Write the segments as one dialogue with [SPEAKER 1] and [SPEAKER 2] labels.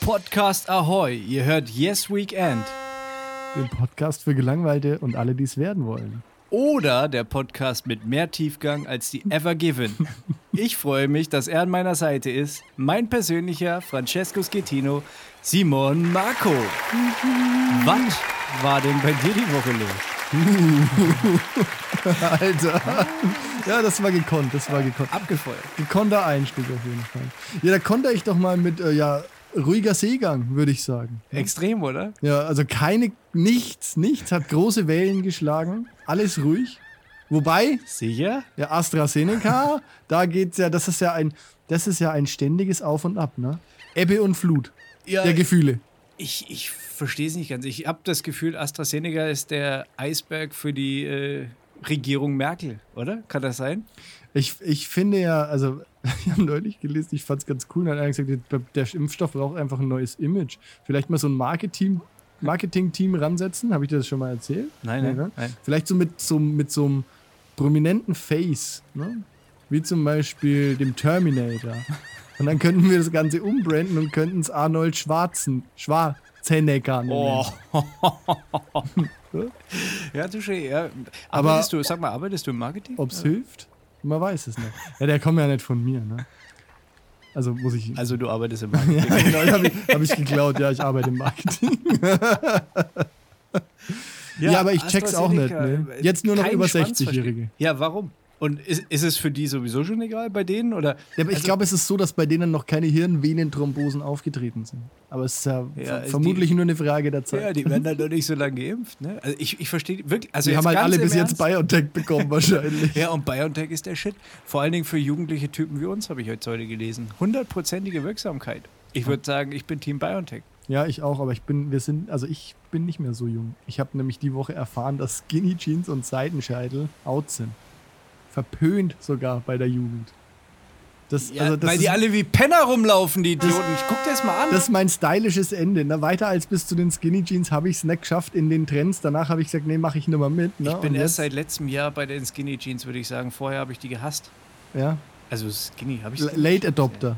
[SPEAKER 1] Podcast Ahoy, ihr hört Yes Weekend.
[SPEAKER 2] Den Podcast für Gelangweilte und alle, die es werden wollen.
[SPEAKER 1] Oder der Podcast mit mehr Tiefgang als die Ever Given. Ich freue mich, dass er an meiner Seite ist. Mein persönlicher Francesco Schettino, Simon Marco. Was war denn bei dir die Woche los?
[SPEAKER 2] Alter. Ja, das war gekonnt, das war gekonnt.
[SPEAKER 1] Abgefeuert.
[SPEAKER 2] Gekonter Einstieg auf jeden Fall. Ja, da konter ich doch mal mit, äh, ja, ruhiger Seegang, würde ich sagen.
[SPEAKER 1] Extrem, oder?
[SPEAKER 2] Ja, also keine, nichts, nichts hat große Wellen geschlagen. Alles ruhig. Wobei,
[SPEAKER 1] Sicher?
[SPEAKER 2] ja, AstraZeneca, da geht's ja, das ist ja ein, das ist ja ein ständiges Auf und Ab, ne? Ebbe und Flut
[SPEAKER 1] Ja,
[SPEAKER 2] der Gefühle.
[SPEAKER 1] ich, ich verstehe es nicht ganz. Ich habe das Gefühl, AstraZeneca ist der Eisberg für die äh, Regierung Merkel, oder? Kann das sein?
[SPEAKER 2] Ich, ich finde ja, also, ich habe neulich gelesen, ich fand es ganz cool, da hat einer gesagt, der, der Impfstoff braucht einfach ein neues Image. Vielleicht mal so ein Marketing, Marketing-Team ransetzen, habe ich dir das schon mal erzählt?
[SPEAKER 1] Nein,
[SPEAKER 2] Ja,
[SPEAKER 1] nein,
[SPEAKER 2] ne?
[SPEAKER 1] nein.
[SPEAKER 2] Vielleicht so mit so, mit so einem prominenten Face, ne? wie zum Beispiel dem Terminator. Und dann könnten wir das Ganze umbranden und könnten es Arnold Schwarzen, Schwarzenegger
[SPEAKER 1] Oh.
[SPEAKER 2] nennen.
[SPEAKER 1] ja, touché, ja.
[SPEAKER 2] Aber-
[SPEAKER 1] Arbeitest du, sag mal, arbeitest du im Marketing?
[SPEAKER 2] Ob es hilft? Man weiß es nicht. Ja, der kommt ja nicht von mir. Ne? Also muss ich...
[SPEAKER 1] Also du arbeitest im Marketing.
[SPEAKER 2] Ja, genau, habe ich, hab ich geklaut. Ja, ich arbeite im Marketing. Ja, aber ich check's auch nicht. Ne?
[SPEAKER 1] AstraZeneca,
[SPEAKER 2] Jetzt nur noch
[SPEAKER 1] kein
[SPEAKER 2] über
[SPEAKER 1] äh, Schwanz
[SPEAKER 2] 60-Jährige.
[SPEAKER 1] versteht. Ja, warum? Und ist, ist es für die sowieso schon egal bei denen? Oder? Also,
[SPEAKER 2] Ja, aber ich glaube, es ist so, dass bei denen noch keine Hirnvenenthrombosen aufgetreten sind. Aber es ist ja,
[SPEAKER 1] Ja,
[SPEAKER 2] ver-
[SPEAKER 1] ist
[SPEAKER 2] vermutlich nur eine Frage der Zeit.
[SPEAKER 1] Ja, die werden dann doch nicht so lange geimpft. Ne? Also ich, ich verstehe wirklich. Also
[SPEAKER 2] die
[SPEAKER 1] jetzt
[SPEAKER 2] haben halt
[SPEAKER 1] ganz
[SPEAKER 2] alle
[SPEAKER 1] im
[SPEAKER 2] bis
[SPEAKER 1] Ernst,
[SPEAKER 2] jetzt BioNTech bekommen wahrscheinlich.
[SPEAKER 1] Ja, und BioNTech ist der Shit. Vor allen Dingen für jugendliche Typen wie uns, habe ich jetzt heute gelesen. Hundertprozentige Wirksamkeit. Ich würde sagen, ich bin Team BioNTech.
[SPEAKER 2] ja, ich auch, aber ich bin, wir sind, also ich bin nicht mehr so jung. Ich habe nämlich die Woche erfahren, dass Skinny Jeans und Seitenscheitel out sind. Verpönt sogar bei der Jugend. Das,
[SPEAKER 1] Ja,
[SPEAKER 2] also das
[SPEAKER 1] weil
[SPEAKER 2] ist
[SPEAKER 1] die alle wie Penner rumlaufen, die Idioten. Ich guck dir das mal an.
[SPEAKER 2] Das ist mein stylisches Ende. Ne? Weiter als bis zu den Skinny Jeans habe ich es nicht geschafft in den Trends. Danach habe ich gesagt, nee, mache ich nicht mehr mit. Ne?
[SPEAKER 1] ich bin erst
[SPEAKER 2] Und jetzt-
[SPEAKER 1] seit letztem Jahr bei den Skinny Jeans, würde ich sagen. Vorher habe ich die gehasst.
[SPEAKER 2] ja,
[SPEAKER 1] Also Skinny habe ich.
[SPEAKER 2] L- Late Adopter.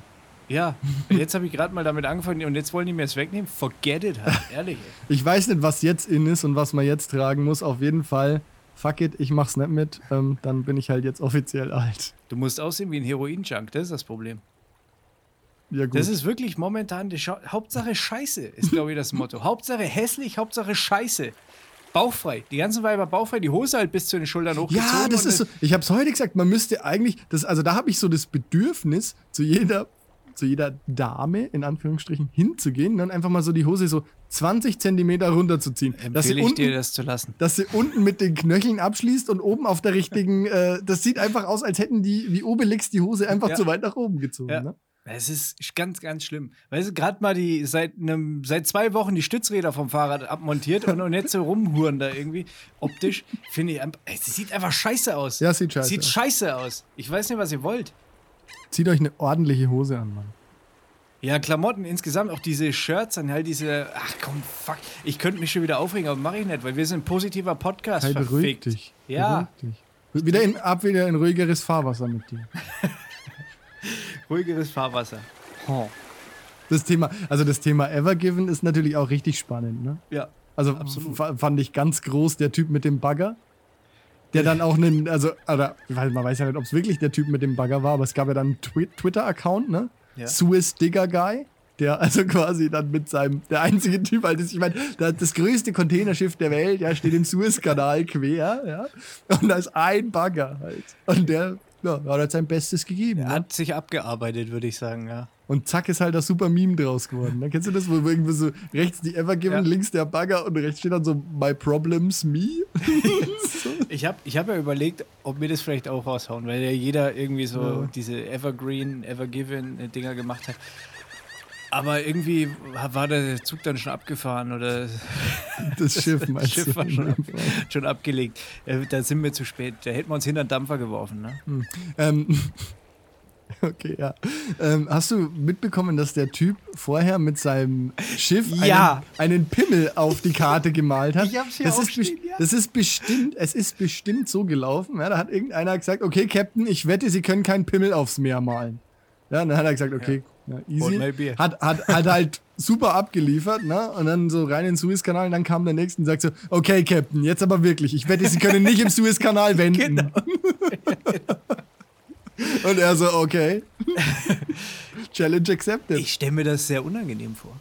[SPEAKER 1] Ja, jetzt habe ich gerade mal damit angefangen und jetzt wollen die mir es wegnehmen. Forget it halt, ehrlich. ey.
[SPEAKER 2] Ich weiß nicht, was jetzt in ist und was man jetzt tragen muss. Auf jeden Fall, fuck it, ich mach's nicht mit. Ähm, dann bin ich halt jetzt offiziell alt.
[SPEAKER 1] Du musst aussehen wie ein Heroin-Junk, das ist das Problem.
[SPEAKER 2] Ja, gut.
[SPEAKER 1] Das ist wirklich momentan die Scha Hauptsache Scheiße, ist glaube ich das Motto. Hauptsache hässlich, Hauptsache Scheiße. Bauchfrei. Die ganzen Weiber bauchfrei, die Hose halt bis zu den Schultern hochgezogen.
[SPEAKER 2] ja, das
[SPEAKER 1] und
[SPEAKER 2] ist so. Ich habe es heute gesagt, man müsste eigentlich, das, also da habe ich so das Bedürfnis, zu jeder, zu jeder Dame, in Anführungsstrichen, hinzugehen ne, und einfach mal so die Hose so 20 Zentimeter runterzuziehen. dass sie
[SPEAKER 1] Empfehle ich
[SPEAKER 2] unten
[SPEAKER 1] dir, das zu lassen.
[SPEAKER 2] dass sie unten mit den Knöcheln abschließt und oben auf der richtigen, äh, das sieht einfach aus, als hätten die wie Obelix die Hose einfach
[SPEAKER 1] Ja.
[SPEAKER 2] zu weit nach oben gezogen.
[SPEAKER 1] Ja.
[SPEAKER 2] Ne?
[SPEAKER 1] Es ist ganz, ganz schlimm. Weißt du, gerade mal die seit, einem, seit zwei Wochen die Stützräder vom Fahrrad abmontiert und, und jetzt so rumhuren da irgendwie. Optisch finde ich, einfach- es sieht einfach scheiße aus.
[SPEAKER 2] Ja, sieht scheiße
[SPEAKER 1] Sieht
[SPEAKER 2] aus.
[SPEAKER 1] scheiße aus. Ich weiß nicht, was ihr wollt.
[SPEAKER 2] Zieht euch eine ordentliche Hose an, Mann.
[SPEAKER 1] Ja, Klamotten insgesamt, auch diese Shirts, dann halt diese. Ach komm, fuck. Ich könnte mich schon wieder aufregen, aber mache ich nicht, weil wir sind ein positiver Podcast.
[SPEAKER 2] Hey, beruhig
[SPEAKER 1] verfickt.
[SPEAKER 2] dich.
[SPEAKER 1] Ja,
[SPEAKER 2] Beruhig dich. Wieder in, ab wieder in ruhigeres Fahrwasser mit dir.
[SPEAKER 1] ruhigeres Fahrwasser. Oh.
[SPEAKER 2] Das Thema, also das Thema Evergiven ist natürlich auch richtig spannend, ne?
[SPEAKER 1] Ja.
[SPEAKER 2] Also
[SPEAKER 1] Absolut.
[SPEAKER 2] fa- fand ich ganz groß der Typ mit dem Bagger. Der dann auch einen, also, oder, weil man weiß ja nicht, ob es wirklich der Typ mit dem Bagger war, aber es gab ja dann einen Twi Twitter-Account, ne?
[SPEAKER 1] Ja.
[SPEAKER 2] Swiss Digger Guy, der also quasi dann mit seinem, der einzige Typ, halt ist, ich meine, da- das größte Containerschiff der Welt, ja, steht im Suezkanal quer, ja. Und da ist ein Bagger halt. Und der, ja, hat halt sein Bestes gegeben.
[SPEAKER 1] Er
[SPEAKER 2] ne?
[SPEAKER 1] hat sich abgearbeitet, würde ich sagen, ja.
[SPEAKER 2] Und zack ist halt das super Meme draus geworden. Dann kennst du das, wo irgendwie so rechts die Evergiven,
[SPEAKER 1] Ja.
[SPEAKER 2] links der Bagger und rechts steht dann so My Problems Me.
[SPEAKER 1] Ich habe ich hab ja überlegt, ob wir das vielleicht auch raushauen, weil ja jeder irgendwie so
[SPEAKER 2] Ja.
[SPEAKER 1] diese Evergreen, Evergiven-Dinger gemacht hat. Aber irgendwie war der Zug dann schon abgefahren oder
[SPEAKER 2] Das Schiff
[SPEAKER 1] das
[SPEAKER 2] meinst
[SPEAKER 1] Schiff
[SPEAKER 2] du?
[SPEAKER 1] war schon, ab, schon abgelegt. Äh, Da sind wir zu spät. Da hätten wir uns hinter den Dampfer geworfen, ne?
[SPEAKER 2] Ähm, Okay, ja. Ähm, hast du mitbekommen, dass der Typ vorher mit seinem Schiff einen,
[SPEAKER 1] Ja.
[SPEAKER 2] einen Pimmel auf die Karte gemalt hat?
[SPEAKER 1] Ich hab's hier
[SPEAKER 2] das,
[SPEAKER 1] auch
[SPEAKER 2] ist best-
[SPEAKER 1] stehen, ja.
[SPEAKER 2] das ist bestimmt, es ist bestimmt so gelaufen. Ja, da hat irgendeiner gesagt, okay, Captain, ich wette, Sie können keinen Pimmel aufs Meer malen. Ja, und dann hat er gesagt, okay, na,
[SPEAKER 1] Hold
[SPEAKER 2] easy.
[SPEAKER 1] my beer.
[SPEAKER 2] Hat, hat, hat halt super abgeliefert, ne? Und dann so rein in den Suezkanal und dann kam der nächste und sagt so, okay, Captain, jetzt aber wirklich, ich wette, Sie können nicht im Suezkanal wenden.
[SPEAKER 1] Genau.
[SPEAKER 2] Und er so, okay. Challenge accepted.
[SPEAKER 1] Ich stelle mir das sehr unangenehm vor.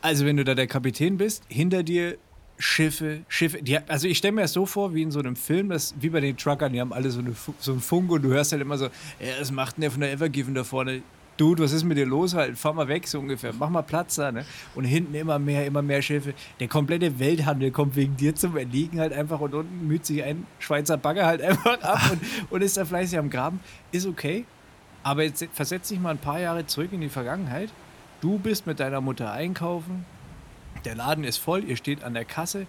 [SPEAKER 1] Also, wenn du da der Kapitän bist, hinter dir Schiffe, Schiffe. Die, also, ich stelle mir das so vor, wie in so einem Film, das, wie bei den Truckern, die haben alle so, eine, Fu- so einen Funk und du hörst halt immer so: ja, Was macht denn der von der Evergiven da vorne? Dude, was ist mit dir los? Halt, fahr mal weg, so ungefähr. Mach mal Platz da, ne? Und hinten immer mehr, immer mehr Schiffe. Der komplette Welthandel kommt wegen dir zum Erliegen halt einfach und unten müht sich ein Schweizer Bagger halt einfach ab und, und ist da fleißig am Graben. Ist okay. Aber jetzt versetz dich mal ein paar Jahre zurück in die Vergangenheit. Du bist mit deiner Mutter einkaufen, der Laden ist voll, ihr steht an der Kasse.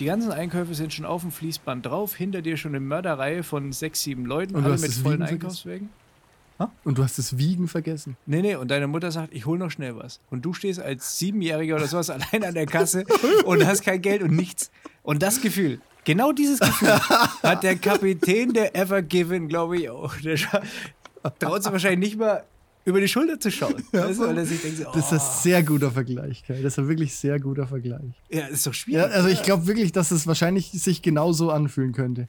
[SPEAKER 1] Die ganzen Einkäufe sind schon auf dem Fließband drauf, hinter dir schon eine Mörderreihe von sechs, sieben Leuten,
[SPEAKER 2] Und du
[SPEAKER 1] alle
[SPEAKER 2] hast
[SPEAKER 1] mit
[SPEAKER 2] das
[SPEAKER 1] vollen
[SPEAKER 2] Wiegen vergessen?
[SPEAKER 1] Einkaufswägen.
[SPEAKER 2] Und du hast das Wiegen vergessen.
[SPEAKER 1] Nee, nee, und deine Mutter sagt, ich hol noch schnell was. Und du stehst als Siebenjähriger oder sowas allein an der Kasse und hast kein Geld und nichts. Und das Gefühl, genau dieses Gefühl hat der Kapitän der Evergiven, glaube ich, auch. Der scha- traut sich wahrscheinlich nicht mal über die Schulter zu schauen.
[SPEAKER 2] Ja,
[SPEAKER 1] weißt du, weil er sich denkt, so, oh,
[SPEAKER 2] Das ist ein sehr guter Vergleich, Kai. Das ist ein wirklich sehr guter Vergleich.
[SPEAKER 1] oh, ja, ist doch
[SPEAKER 2] Ja,
[SPEAKER 1] schwierig.
[SPEAKER 2] also ich glaube wirklich, dass es wahrscheinlich sich genauso anfühlen könnte.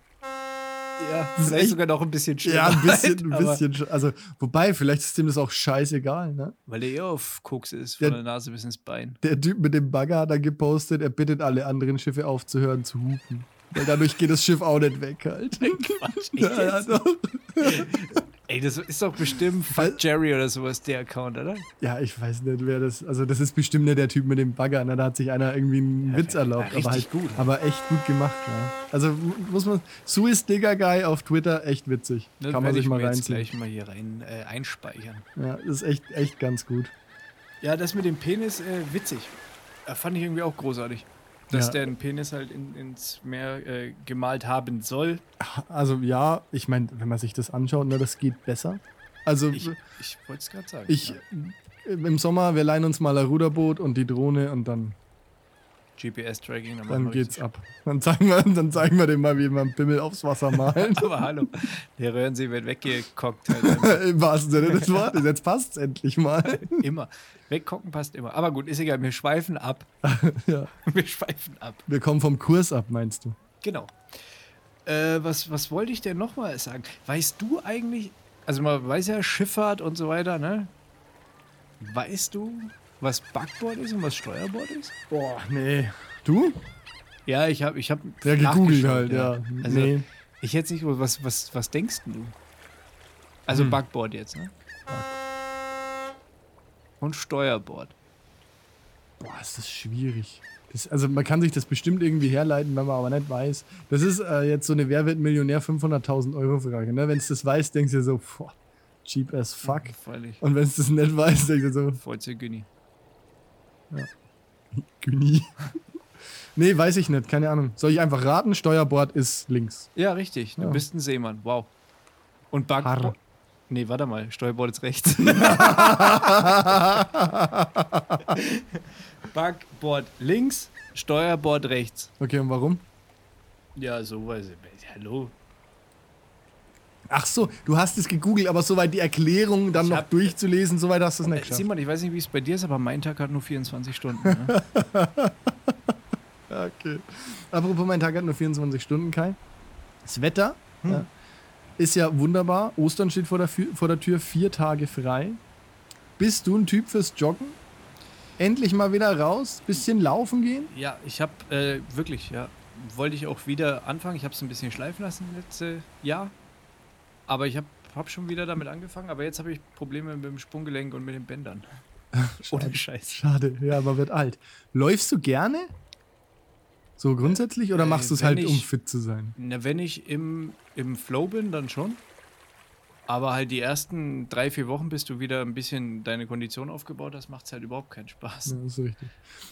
[SPEAKER 1] Ja,
[SPEAKER 2] ist
[SPEAKER 1] vielleicht
[SPEAKER 2] echt-
[SPEAKER 1] sogar noch ein bisschen schlimmer.
[SPEAKER 2] Ja, ein bisschen,
[SPEAKER 1] halt,
[SPEAKER 2] ein
[SPEAKER 1] aber-
[SPEAKER 2] bisschen. schon. Also, wobei, vielleicht ist dem das auch scheißegal, ne?
[SPEAKER 1] Weil der eh auf Koks ist, von
[SPEAKER 2] Ja.
[SPEAKER 1] der Nase bis ins Bein.
[SPEAKER 2] Der Typ mit dem Bagger hat dann gepostet, er bittet alle anderen Schiffe aufzuhören zu hupen. Weil dadurch geht das Schiff auch nicht weg halt.
[SPEAKER 1] Quatsch, echt
[SPEAKER 2] Ja, ja,
[SPEAKER 1] jetzt?
[SPEAKER 2] doch.
[SPEAKER 1] Ey, das ist doch bestimmt Fuck Jerry oder sowas, der Account, oder?
[SPEAKER 2] Ja, ich weiß nicht, wer das. Also, das ist bestimmt nicht der Typ mit dem Bagger. Ne? Da hat sich einer irgendwie einen Witz erlaubt.
[SPEAKER 1] ja,
[SPEAKER 2] aber
[SPEAKER 1] richtig
[SPEAKER 2] halt,
[SPEAKER 1] gut.
[SPEAKER 2] Aber echt gut gemacht. Ja. Also, mu- muss man. Suis Digger Guy auf Twitter, echt witzig.
[SPEAKER 1] Das
[SPEAKER 2] Kann man
[SPEAKER 1] werde Ne,
[SPEAKER 2] sich
[SPEAKER 1] ich
[SPEAKER 2] mal
[SPEAKER 1] mir jetzt
[SPEAKER 2] reinziehen.
[SPEAKER 1] gleich mal hier rein äh, einspeichern.
[SPEAKER 2] Ja, das ist echt, echt ganz gut.
[SPEAKER 1] Ja, das mit dem Penis, äh, witzig. Äh, fand ich irgendwie auch großartig. Dass
[SPEAKER 2] Ja.
[SPEAKER 1] der einen Penis halt in, ins Meer äh, gemalt haben soll.
[SPEAKER 2] Also, ja, ich meine, wenn man sich das anschaut, ne, das geht besser. Also,
[SPEAKER 1] Ich,
[SPEAKER 2] ich.
[SPEAKER 1] ich wollte es gerade sagen. Ja.
[SPEAKER 2] Im Sommer, wir leihen uns mal ein Ruderboot und die Drohne und dann,
[SPEAKER 1] GPS-Tracking, dann, machen
[SPEAKER 2] dann
[SPEAKER 1] wir
[SPEAKER 2] geht's
[SPEAKER 1] richtig-
[SPEAKER 2] ab. Dann zeigen, wir, dann zeigen wir dem mal, wie man Pimmel aufs Wasser malen.
[SPEAKER 1] Aber hallo, der Röhrensee wird weggekockt. Halt.
[SPEAKER 2] Im wahrsten Sinne des Wortes. Jetzt passt's endlich mal.
[SPEAKER 1] immer. Wegkocken passt immer. Aber gut, ist egal, wir schweifen ab.
[SPEAKER 2] ja.
[SPEAKER 1] Wir schweifen ab.
[SPEAKER 2] Wir kommen vom Kurs ab, meinst du?
[SPEAKER 1] Genau. Äh, was, was wollte ich denn nochmal sagen? Weißt du eigentlich, also man weiß ja Schifffahrt und so weiter, ne? Weißt du, was Backbord ist und was Steuerbord ist?
[SPEAKER 2] Boah, nee. Du?
[SPEAKER 1] Ja, ich habe ich hab
[SPEAKER 2] Ja, gegoogelt
[SPEAKER 1] nachgeschaut,
[SPEAKER 2] halt, ja.
[SPEAKER 1] Also
[SPEAKER 2] nee.
[SPEAKER 1] ich hätte nicht, gewusst, was, was, was denkst denn du?
[SPEAKER 2] Hm.
[SPEAKER 1] Also Backbord jetzt, ne? Und Steuerbord.
[SPEAKER 2] Boah, ist das schwierig. Das, also man kann sich das bestimmt irgendwie herleiten, wenn man aber nicht weiß. Das ist äh, jetzt so eine Wer wird Millionär 500.000 Euro Frage. Ne? Wenn es das weiß, denkst du dir so, boah, cheap as fuck.
[SPEAKER 1] Freilich.
[SPEAKER 2] Und wenn es das nicht weiß, denkst du dir so,
[SPEAKER 1] Vollzeit Günni.
[SPEAKER 2] Güni. nee, weiß ich nicht, keine Ahnung. Soll ich einfach raten? Steuerbord ist links.
[SPEAKER 1] Ja, richtig. Du
[SPEAKER 2] Ja.
[SPEAKER 1] bist ein Seemann. Wow. Und
[SPEAKER 2] Harr.
[SPEAKER 1] Backbord. Nee, warte mal. Steuerbord ist rechts. Backbord links, Steuerbord rechts.
[SPEAKER 2] Okay, und warum?
[SPEAKER 1] Ja, so weiß ich. Hallo.
[SPEAKER 2] Ach so, du hast es gegoogelt, aber soweit die Erklärung dann
[SPEAKER 1] Ich
[SPEAKER 2] noch
[SPEAKER 1] hab-
[SPEAKER 2] durchzulesen, soweit hast du es nicht
[SPEAKER 1] Äh,
[SPEAKER 2] geschafft.
[SPEAKER 1] Simon, ich weiß nicht, wie es bei dir ist, aber mein Tag hat nur 24 Stunden. Ne?
[SPEAKER 2] Okay. Apropos, mein Tag hat nur 24 Stunden, Kai. Das Wetter
[SPEAKER 1] Hm.
[SPEAKER 2] ja, ist ja wunderbar. Ostern steht vor der, Fü- vor der Tür, vier Tage frei. Bist du ein Typ fürs Joggen? Endlich mal wieder raus, bisschen laufen gehen?
[SPEAKER 1] ja, ich habe äh, wirklich, ja, wollte ich auch wieder anfangen. Ich habe es ein bisschen schleifen lassen letztes Jahr. Aber ich habe hab schon wieder damit angefangen. Aber jetzt habe ich Probleme mit dem Sprunggelenk und mit den Bändern. Ohne Scheiß.
[SPEAKER 2] Schade, ja, man wird alt. Läufst du gerne? So grundsätzlich oder
[SPEAKER 1] äh,
[SPEAKER 2] machst du es
[SPEAKER 1] wenn
[SPEAKER 2] halt,
[SPEAKER 1] ich-
[SPEAKER 2] um fit zu sein?
[SPEAKER 1] Na, wenn ich im, im Flow bin, dann schon. Aber halt die ersten drei, vier Wochen, bis du wieder ein bisschen deine Kondition
[SPEAKER 2] Hm.
[SPEAKER 1] aufgebaut hast, macht es halt überhaupt keinen Spaß.
[SPEAKER 2] Ja, das ist richtig.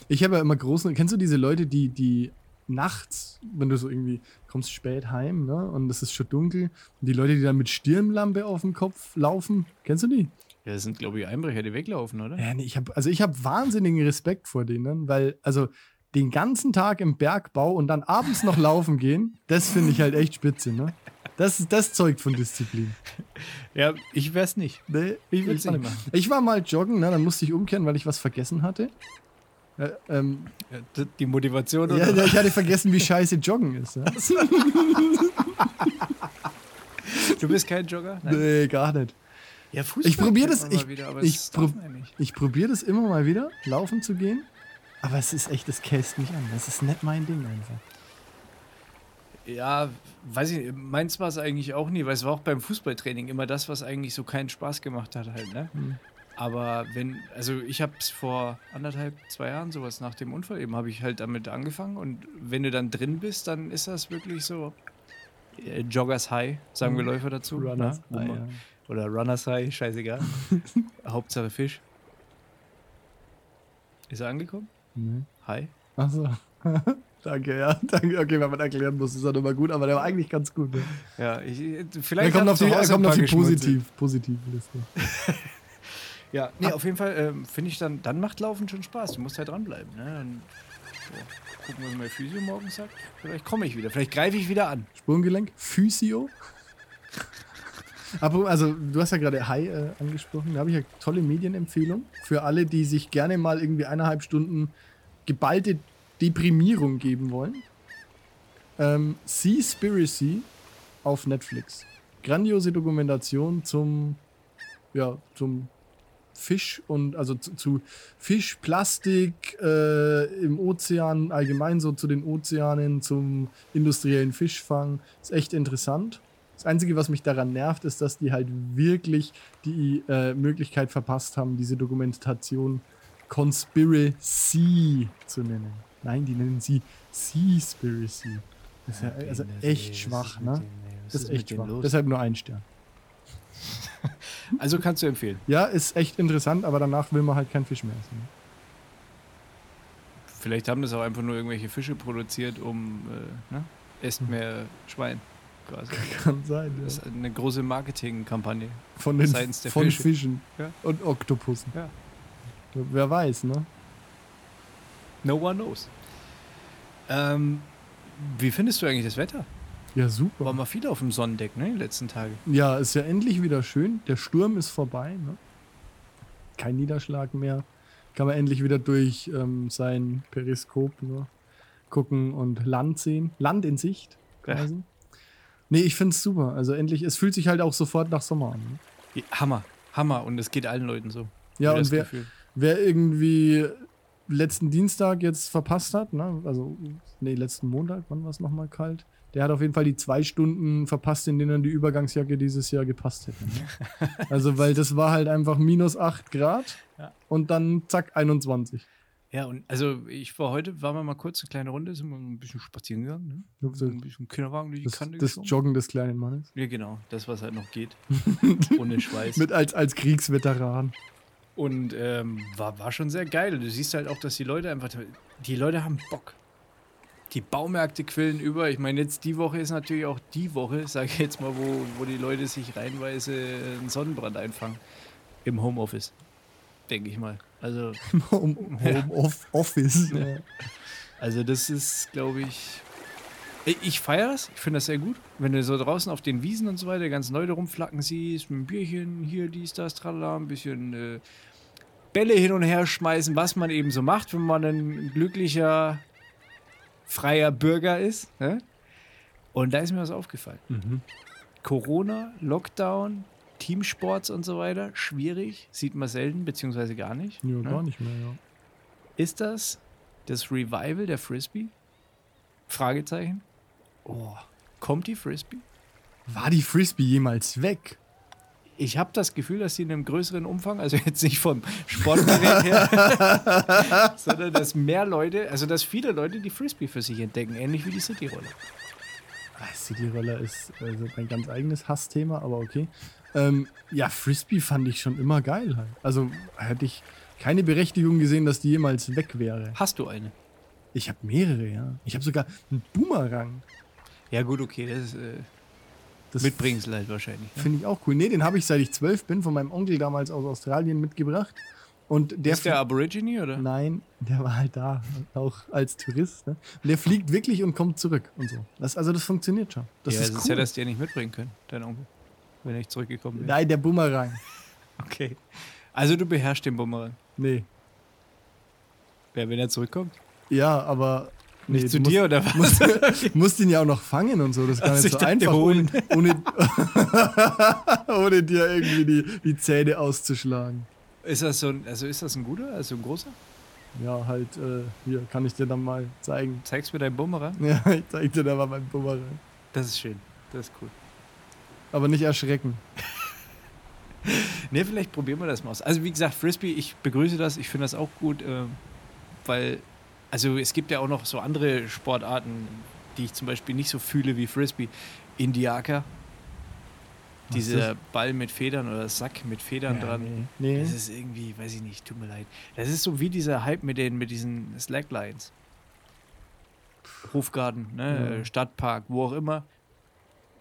[SPEAKER 2] Ich habe ja immer großen. Kennst du diese Leute, die, die nachts, wenn du so irgendwie kommst spät heim, ne? Und es ist schon dunkel. Und die Leute, die dann mit Stirnlampe auf dem Kopf laufen, kennst du die?
[SPEAKER 1] Ja, das sind, glaube ich, Einbrecher, die weglaufen, oder?
[SPEAKER 2] Ja, nee, ich hab, also ich habe wahnsinnigen Respekt vor denen, weil, also den ganzen Tag im Bergbau und dann abends noch laufen gehen, das finde ich halt echt spitze, ne? Das, das zeugt von Disziplin.
[SPEAKER 1] Ja, ich wär's nicht.
[SPEAKER 2] Nee,
[SPEAKER 1] Ich will's
[SPEAKER 2] war
[SPEAKER 1] nicht machen.
[SPEAKER 2] Ich war mal joggen, ne? dann musste ich umkehren, weil ich was vergessen hatte. Äh, ähm,
[SPEAKER 1] Ja, d- Die Motivation
[SPEAKER 2] ja, ja, ich hatte vergessen, wie scheiße Joggen ist. ne? Ja?
[SPEAKER 1] Du bist kein Jogger?
[SPEAKER 2] Nee, gar nicht.
[SPEAKER 1] Ja, Fußball.
[SPEAKER 2] Ich probiere das,
[SPEAKER 1] kennt man
[SPEAKER 2] ich,
[SPEAKER 1] mal wieder, aber
[SPEAKER 2] ich,
[SPEAKER 1] es darf
[SPEAKER 2] prob,
[SPEAKER 1] man nicht.
[SPEAKER 2] ich probier das immer mal wieder, laufen zu gehen. Aber es ist echt, das käst mich an. Das ist nicht mein Ding einfach.
[SPEAKER 1] Ja, weiß ich nicht, meins war es eigentlich auch nie, weil es war auch beim Fußballtraining immer das, was eigentlich so keinen Spaß gemacht hat halt, ne? Aber wenn, also ich habe es vor anderthalb, zwei Jahren sowas nach dem Unfall eben, habe ich halt damit angefangen und wenn du dann drin bist, dann ist das wirklich so äh, Joggers High, sagen wir Läufer dazu.
[SPEAKER 2] Runners
[SPEAKER 1] ne? Wo
[SPEAKER 2] High,
[SPEAKER 1] man-
[SPEAKER 2] ah, ja.
[SPEAKER 1] Hm. Oder Runners High, scheißegal. Hauptsache Fisch. Ist er angekommen?
[SPEAKER 2] Nee.
[SPEAKER 1] Hi.
[SPEAKER 2] Achso. Danke, ja. Danke. Okay, wenn man erklären muss, ist er immer gut, aber der war eigentlich ganz gut. Ne?
[SPEAKER 1] Ja, ich,
[SPEAKER 2] Er
[SPEAKER 1] Äh, vielleicht
[SPEAKER 2] kommt
[SPEAKER 1] hat
[SPEAKER 2] auf die,
[SPEAKER 1] zu
[SPEAKER 2] er
[SPEAKER 1] Hause
[SPEAKER 2] kommt
[SPEAKER 1] ein
[SPEAKER 2] auf die
[SPEAKER 1] paar geschmunzelt.
[SPEAKER 2] positiv, positive Liste.
[SPEAKER 1] Ja, nee, auf jeden Fall ähm, finde ich dann, dann macht Laufen schon Spaß. Du musst halt dranbleiben. Ne? Und, so, gucken, was mein Physio morgen sagt. Vielleicht komme ich wieder. Vielleicht greife ich wieder an.
[SPEAKER 2] Sprunggelenk, Physio. Apropos, Also, du hast ja gerade High äh, angesprochen. Da habe ich ja tolle Medienempfehlung für alle, die sich gerne mal irgendwie eineinhalb Stunden geballte Deprimierung geben wollen. Ähm, Seaspiracy auf Netflix. Grandiose Dokumentation zum, ja, zum Fisch und also zu, zu Fisch, Plastik äh, im Ozean, allgemein so zu den Ozeanen, zum industriellen Fischfang. Ist echt interessant. Das Einzige, was mich daran nervt, ist, dass die halt wirklich die äh, Möglichkeit verpasst haben, diese Dokumentation Conspiracy zu nennen. Nein, die nennen sie Seaspiracy. Das ist ja also echt schwach, ne? Das ist echt schwach. Deshalb nur ein Stern.
[SPEAKER 1] Also kannst du empfehlen.
[SPEAKER 2] Ja, ist echt interessant, aber danach will man halt keinen Fisch mehr essen.
[SPEAKER 1] Vielleicht haben das auch einfach nur irgendwelche Fische produziert, um äh, ne?
[SPEAKER 2] Hm.
[SPEAKER 1] esst mehr Schwein. Quasi.
[SPEAKER 2] Kann sein,
[SPEAKER 1] Das ist eine große Marketingkampagne.
[SPEAKER 2] Von den
[SPEAKER 1] Seitens der
[SPEAKER 2] von
[SPEAKER 1] Fische.
[SPEAKER 2] Fischen
[SPEAKER 1] Ja.
[SPEAKER 2] und Oktopussen.
[SPEAKER 1] Ja.
[SPEAKER 2] Wer weiß, ne?
[SPEAKER 1] No one knows. Ähm, wie findest du eigentlich das Wetter?
[SPEAKER 2] Ja, super.
[SPEAKER 1] War mal viel auf dem Sonnendeck, ne? Die letzten Tage.
[SPEAKER 2] Ja, ist ja endlich wieder schön. Der Sturm ist vorbei. Ne? Kein Niederschlag mehr. Kann man endlich wieder durch ähm, sein Periskop ne? gucken und Land sehen. Land in Sicht quasi. Nee, ich find's super. Also endlich, es fühlt sich halt auch sofort nach Sommer an. Ne?
[SPEAKER 1] Ja, Hammer. Hammer. Und es geht allen Leuten so.
[SPEAKER 2] Ja,
[SPEAKER 1] Hab ich
[SPEAKER 2] und
[SPEAKER 1] das
[SPEAKER 2] wer,
[SPEAKER 1] Gefühl.
[SPEAKER 2] Wer irgendwie letzten Dienstag jetzt verpasst hat, ne? also nee, letzten Montag, wann war es nochmal kalt? Der hat auf jeden Fall die zwei Stunden verpasst, in denen die Übergangsjacke dieses Jahr gepasst hätte. Ne? Also, weil das war halt einfach minus 8 Grad
[SPEAKER 1] Ja.
[SPEAKER 2] und dann zack, 21.
[SPEAKER 1] Ja, und also ich war heute, waren wir mal kurz eine kleine Runde, sind wir ein bisschen spazieren gegangen, ne? So ein bisschen Kinderwagen durch die
[SPEAKER 2] Das,
[SPEAKER 1] Kante
[SPEAKER 2] das
[SPEAKER 1] geschoben.
[SPEAKER 2] Joggen des kleinen Mannes.
[SPEAKER 1] Ja, genau, das, was halt noch geht. Ohne Schweiß.
[SPEAKER 2] Mit als, als Kriegsveteran.
[SPEAKER 1] und ähm, war, war schon sehr geil. Du siehst halt auch, dass die Leute einfach, die Leute haben Bock. Die Baumärkte quillen über. Ich meine, jetzt die Woche ist natürlich auch die Woche, sage ich jetzt mal, wo, wo die Leute sich reihenweise einen Sonnenbrand einfangen. Im Homeoffice, denke ich mal. Also
[SPEAKER 2] Home, Home Off- Office. Ja.
[SPEAKER 1] Also das ist, glaube ich. Ich- Ich feiere das, ich finde das sehr gut. Wenn du so draußen auf den Wiesen und so weiter ganz Leute rumflacken siehst, mit einem Bierchen, hier, dies, das, tralala, ein bisschen äh, Bälle hin und her schmeißen, was man eben so macht, wenn man ein glücklicher, freier Bürger ist. Ne? Und da ist mir was aufgefallen. Corona, Lockdown, Teamsports und so weiter, schwierig, sieht man selten, beziehungsweise gar nicht.
[SPEAKER 2] ja,
[SPEAKER 1] ne?
[SPEAKER 2] gar nicht mehr, ja.
[SPEAKER 1] Ist das das Revival der Frisbee? Fragezeichen. Oh, kommt die Frisbee?
[SPEAKER 2] War die Frisbee jemals weg?
[SPEAKER 1] Ich habe das Gefühl, dass sie in einem größeren Umfang, also jetzt nicht vom Sportgerät her, sondern dass mehr Leute, also dass viele Leute die Frisbee für sich entdecken, ähnlich wie die Cityrolle.
[SPEAKER 2] Ah, City-Roller ist also mein ganz eigenes Hassthema, aber okay. Ähm, ja, Frisbee fand ich schon immer geil halt. Also hätte ich keine Berechtigung gesehen, dass die jemals weg wäre.
[SPEAKER 1] Hast du eine?
[SPEAKER 2] Ich habe mehrere, ja. Ich habe sogar einen Boomerang.
[SPEAKER 1] Ja, gut, okay, das ist äh,
[SPEAKER 2] Das
[SPEAKER 1] Mitbringsel halt wahrscheinlich. Ne?
[SPEAKER 2] Finde ich auch cool. Nee, den habe ich seit ich zwölf bin, von meinem Onkel damals aus Australien mitgebracht. Und der
[SPEAKER 1] Ist der Aborigine oder?
[SPEAKER 2] Nein, der war halt da, auch als Tourist. Ne? Und der fliegt wirklich und kommt zurück und so. Das, also das funktioniert schon. Das
[SPEAKER 1] ja,
[SPEAKER 2] ist
[SPEAKER 1] es
[SPEAKER 2] cool.
[SPEAKER 1] ist ja, dass die ja nicht mitbringen können, dein Onkel. Wenn er nicht zurückgekommen wäre.
[SPEAKER 2] Nein, der Boomerang.
[SPEAKER 1] Okay. Also du beherrschst den Bumerang.
[SPEAKER 2] Nee.
[SPEAKER 1] Ja, wenn er zurückkommt.
[SPEAKER 2] Ja, aber. Nee,
[SPEAKER 1] Nicht zu
[SPEAKER 2] du
[SPEAKER 1] dir oder was?
[SPEAKER 2] musst, musst, musst ihn ja auch noch fangen und so. Das ist gar
[SPEAKER 1] Also
[SPEAKER 2] nicht
[SPEAKER 1] ich
[SPEAKER 2] so
[SPEAKER 1] dachte,
[SPEAKER 2] einfach, ohne,
[SPEAKER 1] holen.
[SPEAKER 2] ohne, ohne dir irgendwie die, die Zähne auszuschlagen.
[SPEAKER 1] Ist das so ein, also ist das ein guter, also ein großer?
[SPEAKER 2] Ja, halt, äh, hier kann ich dir dann mal zeigen.
[SPEAKER 1] Zeigst mir deinen Bumerang?
[SPEAKER 2] Ja, ich zeig dir da mal meinen Boomerang.
[SPEAKER 1] Das ist schön. Das ist cool.
[SPEAKER 2] Aber nicht erschrecken.
[SPEAKER 1] Ne, vielleicht probieren wir das mal aus. Also wie gesagt, Frisbee, ich begrüße das, ich finde das auch gut, ähm, weil, also es gibt ja auch noch so andere Sportarten, die ich zum Beispiel nicht so fühle wie Frisbee. Indiaker,
[SPEAKER 2] Was ist
[SPEAKER 1] dieser Ball mit Federn oder Sack mit Federn
[SPEAKER 2] Ja,
[SPEAKER 1] dran.
[SPEAKER 2] Nee. nee.
[SPEAKER 1] Das ist irgendwie, weiß ich nicht, tut mir leid. Das ist so wie dieser Hype mit, den, mit diesen Slacklines. Hofgarten, ne?
[SPEAKER 2] Ja.
[SPEAKER 1] Stadtpark, wo auch immer.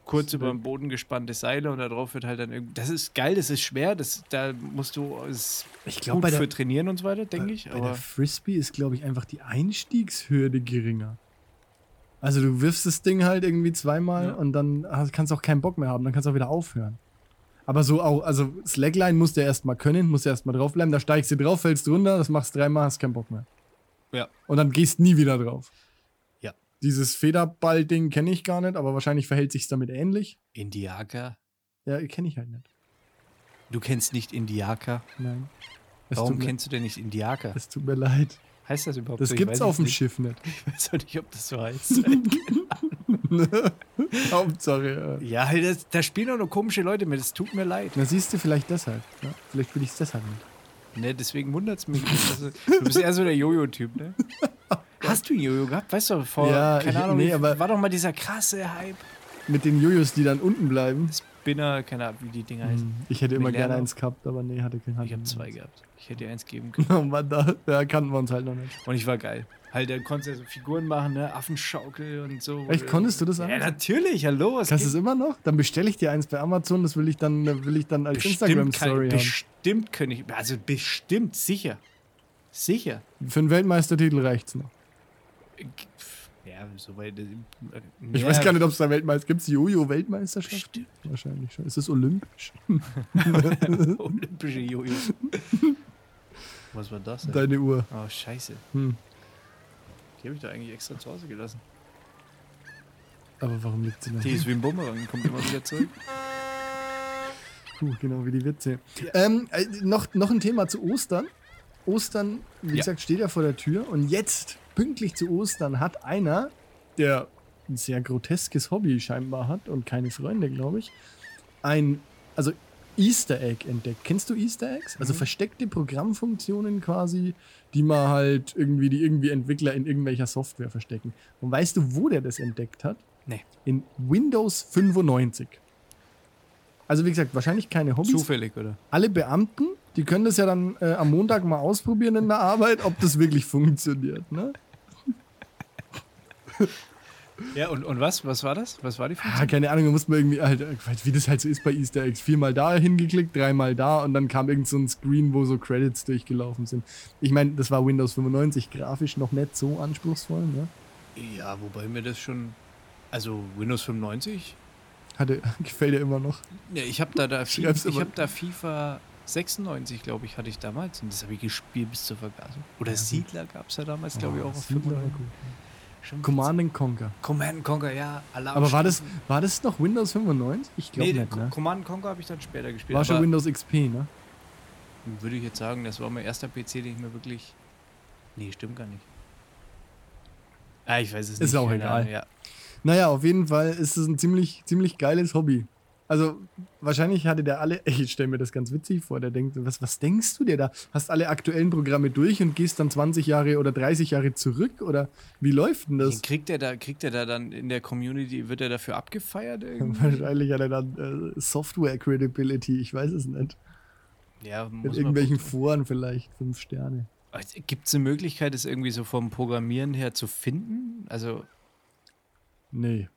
[SPEAKER 1] Kurz
[SPEAKER 2] Slack.
[SPEAKER 1] über den Boden gespannte Seile und da drauf wird halt dann irgendwie. Das ist geil, das ist schwer, das, da musst du. Ist
[SPEAKER 2] Ich
[SPEAKER 1] gut
[SPEAKER 2] glaube, bei der
[SPEAKER 1] für trainieren und so weiter, denke
[SPEAKER 2] Bei-
[SPEAKER 1] ich.
[SPEAKER 2] Bei der
[SPEAKER 1] Aber
[SPEAKER 2] Frisbee ist, glaube ich, einfach die Einstiegshürde geringer. Also du wirfst das Ding halt irgendwie zweimal
[SPEAKER 1] Ja.
[SPEAKER 2] und dann hast, kannst du auch keinen Bock mehr haben, dann kannst du auch wieder aufhören. Aber so auch, also Slackline musst du erstmal können, musst du erstmal draufbleiben, da steigst du drauf, fällst runter, das machst dreimal, hast keinen Bock mehr.
[SPEAKER 1] Ja.
[SPEAKER 2] Und dann gehst nie wieder drauf.
[SPEAKER 1] Ja.
[SPEAKER 2] Dieses Federball-Ding kenne ich gar nicht, aber wahrscheinlich verhält sich damit ähnlich.
[SPEAKER 1] Indiaker?
[SPEAKER 2] Ja, kenne ich halt nicht.
[SPEAKER 1] Du kennst nicht Indiaker?
[SPEAKER 2] Nein. Es
[SPEAKER 1] Warum
[SPEAKER 2] tut mir,
[SPEAKER 1] kennst du denn nicht Indiaker?
[SPEAKER 2] Es tut mir leid.
[SPEAKER 1] Heißt das überhaupt
[SPEAKER 2] Das
[SPEAKER 1] so? Ich
[SPEAKER 2] gibt's
[SPEAKER 1] weiß
[SPEAKER 2] auf
[SPEAKER 1] es
[SPEAKER 2] dem
[SPEAKER 1] nicht.
[SPEAKER 2] Schiff nicht.
[SPEAKER 1] Ich weiß auch nicht, ob das so heißt.
[SPEAKER 2] Hauptsache. äh, Ja.
[SPEAKER 1] ja, das, da spielen auch nur komische Leute mit, das tut mir leid.
[SPEAKER 2] Na, siehst du, vielleicht deshalb. Ne? Vielleicht will ich es deshalb nicht.
[SPEAKER 1] Ne, deswegen wundert es mich. dass du- du bist eher so der Jojo-Typ, ne? Hast du ein Jojo gehabt? Weißt du, vor,
[SPEAKER 2] Ja,
[SPEAKER 1] keine
[SPEAKER 2] ich-
[SPEAKER 1] Ahnung,
[SPEAKER 2] nee,
[SPEAKER 1] wie-
[SPEAKER 2] aber-
[SPEAKER 1] war doch mal dieser krasse Hype.
[SPEAKER 2] Mit den Jojos, die dann unten bleiben.
[SPEAKER 1] Spinner, keine Ahnung, wie die Dinger heißen.
[SPEAKER 2] Hm, Ich hätte
[SPEAKER 1] Mit
[SPEAKER 2] immer gerne
[SPEAKER 1] Lerner.
[SPEAKER 2] eins gehabt, aber nee, hatte keinen
[SPEAKER 1] Ich habe zwei
[SPEAKER 2] gehabt.
[SPEAKER 1] gehabt. Ich hätte dir eins geben können.
[SPEAKER 2] Oh Mann, da, da kannten wir uns halt noch nicht.
[SPEAKER 1] Und ich war geil. Halt, dann konntest du ja so Figuren machen, ne? Affenschaukel und so.
[SPEAKER 2] Echt, konntest du das
[SPEAKER 1] Äh, Ja,
[SPEAKER 2] alles?
[SPEAKER 1] natürlich, hallo. Was
[SPEAKER 2] Kannst du es
[SPEAKER 1] geht?
[SPEAKER 2] immer noch? Dann bestelle ich dir eins bei Amazon, das will ich dann, will ich dann als
[SPEAKER 1] Bestimmt, kann,
[SPEAKER 2] Instagram-Story haben.
[SPEAKER 1] bestimmt könnte ich, also bestimmt, sicher. Sicher. Äh,
[SPEAKER 2] Für einen Weltmeistertitel reicht's noch.
[SPEAKER 1] Ja, äh, soweit.
[SPEAKER 2] Ich weiß gar nicht, ob es da Weltmeister gibt. Jojo-Weltmeisterschaft?
[SPEAKER 1] Bestimmt.
[SPEAKER 2] Wahrscheinlich schon. Ist das olympisch?
[SPEAKER 1] Olympische Jojo. Was war das denn?
[SPEAKER 2] Deine Uhr.
[SPEAKER 1] Oh, scheiße.
[SPEAKER 2] Hm.
[SPEAKER 1] Die habe ich da eigentlich extra zu Hause gelassen.
[SPEAKER 2] Aber warum liegt sie noch?
[SPEAKER 1] Die ist wie ein Bumerang, kommt immer wieder zurück.
[SPEAKER 2] Puh, genau wie die Witze. Ähm, äh, noch, noch ein Thema zu Ostern. Ostern, wie
[SPEAKER 1] Ja.
[SPEAKER 2] gesagt, steht ja vor der Tür. Und jetzt, pünktlich zu Ostern, hat einer, der ein sehr groteskes Hobby scheinbar hat und keine Freunde, glaube ich, ein, also Easter Egg entdeckt. Kennst du Easter Eggs? Also
[SPEAKER 1] Mhm.
[SPEAKER 2] versteckte Programmfunktionen quasi, die man halt irgendwie, die irgendwie Entwickler in irgendwelcher Software verstecken. Und weißt du, wo der das entdeckt hat?
[SPEAKER 1] Nee.
[SPEAKER 2] In Windows 95. Also wie gesagt, wahrscheinlich keine Hobbys.
[SPEAKER 1] Zufällig, oder?
[SPEAKER 2] Alle Beamten, die können das ja dann äh, am Montag mal ausprobieren in der Arbeit, ob das wirklich funktioniert. Ne?
[SPEAKER 1] Ja, und, und was? Was war das? Was war die Funktion?
[SPEAKER 2] Ah, keine Ahnung, da muss man irgendwie halt, äh, wie das halt so ist bei Easter Eggs, viermal da hingeklickt, dreimal da und dann kam irgend so ein Screen, wo so Credits durchgelaufen sind. Ich meine, das war Windows 95 grafisch noch nicht so anspruchsvoll. Ne?
[SPEAKER 1] Ja, wobei mir das schon. Also Windows 95?
[SPEAKER 2] Hatte, gefällt ja immer noch.
[SPEAKER 1] Ja, ich habe da, da, Fi-
[SPEAKER 2] Schreib's
[SPEAKER 1] ich
[SPEAKER 2] immer.
[SPEAKER 1] hab da FIFA 96, glaube ich, hatte ich damals. Und das habe ich gespielt bis zur Vergasung. Oder
[SPEAKER 2] Ja, gut.
[SPEAKER 1] Siedler gab es ja damals, glaube ich,
[SPEAKER 2] Oh,
[SPEAKER 1] auch auf
[SPEAKER 2] das sieht man ja
[SPEAKER 1] 95.
[SPEAKER 2] gut.
[SPEAKER 1] Schon
[SPEAKER 2] Command and Conquer.
[SPEAKER 1] witzig. Command Conquer, ja. Alarm
[SPEAKER 2] Aber war das, war das noch Windows 95? Ich glaube
[SPEAKER 1] Nee,
[SPEAKER 2] nicht, ne?
[SPEAKER 1] Command Conquer habe ich dann später gespielt.
[SPEAKER 2] War schon
[SPEAKER 1] aber-
[SPEAKER 2] Windows XP, ne?
[SPEAKER 1] Würde ich jetzt sagen, das war mein erster PC, den ich mir wirklich. Nee, stimmt gar nicht. Ah, ich weiß es nicht.
[SPEAKER 2] Ist auch
[SPEAKER 1] keine
[SPEAKER 2] egal.
[SPEAKER 1] Ahnung, Ja.
[SPEAKER 2] Naja, auf jeden Fall ist es ein ziemlich, ziemlich geiles Hobby. Also wahrscheinlich hatte der alle, ich stelle mir das ganz witzig vor, der denkt, was, was denkst du dir da? Hast alle aktuellen Programme durch und gehst dann 20 Jahre oder 30 Jahre zurück? Oder wie läuft denn das?
[SPEAKER 1] Den kriegt er da, kriegt er da dann in der Community, wird er dafür abgefeiert irgendwie?
[SPEAKER 2] Wahrscheinlich hat er dann äh, Software Credibility, ich weiß es nicht.
[SPEAKER 1] Ja,
[SPEAKER 2] In
[SPEAKER 1] muss man
[SPEAKER 2] irgendwelchen Foren vielleicht, fünf Sterne.
[SPEAKER 1] Gibt es eine Möglichkeit, es irgendwie so vom Programmieren her zu finden? Also,
[SPEAKER 2] Nee.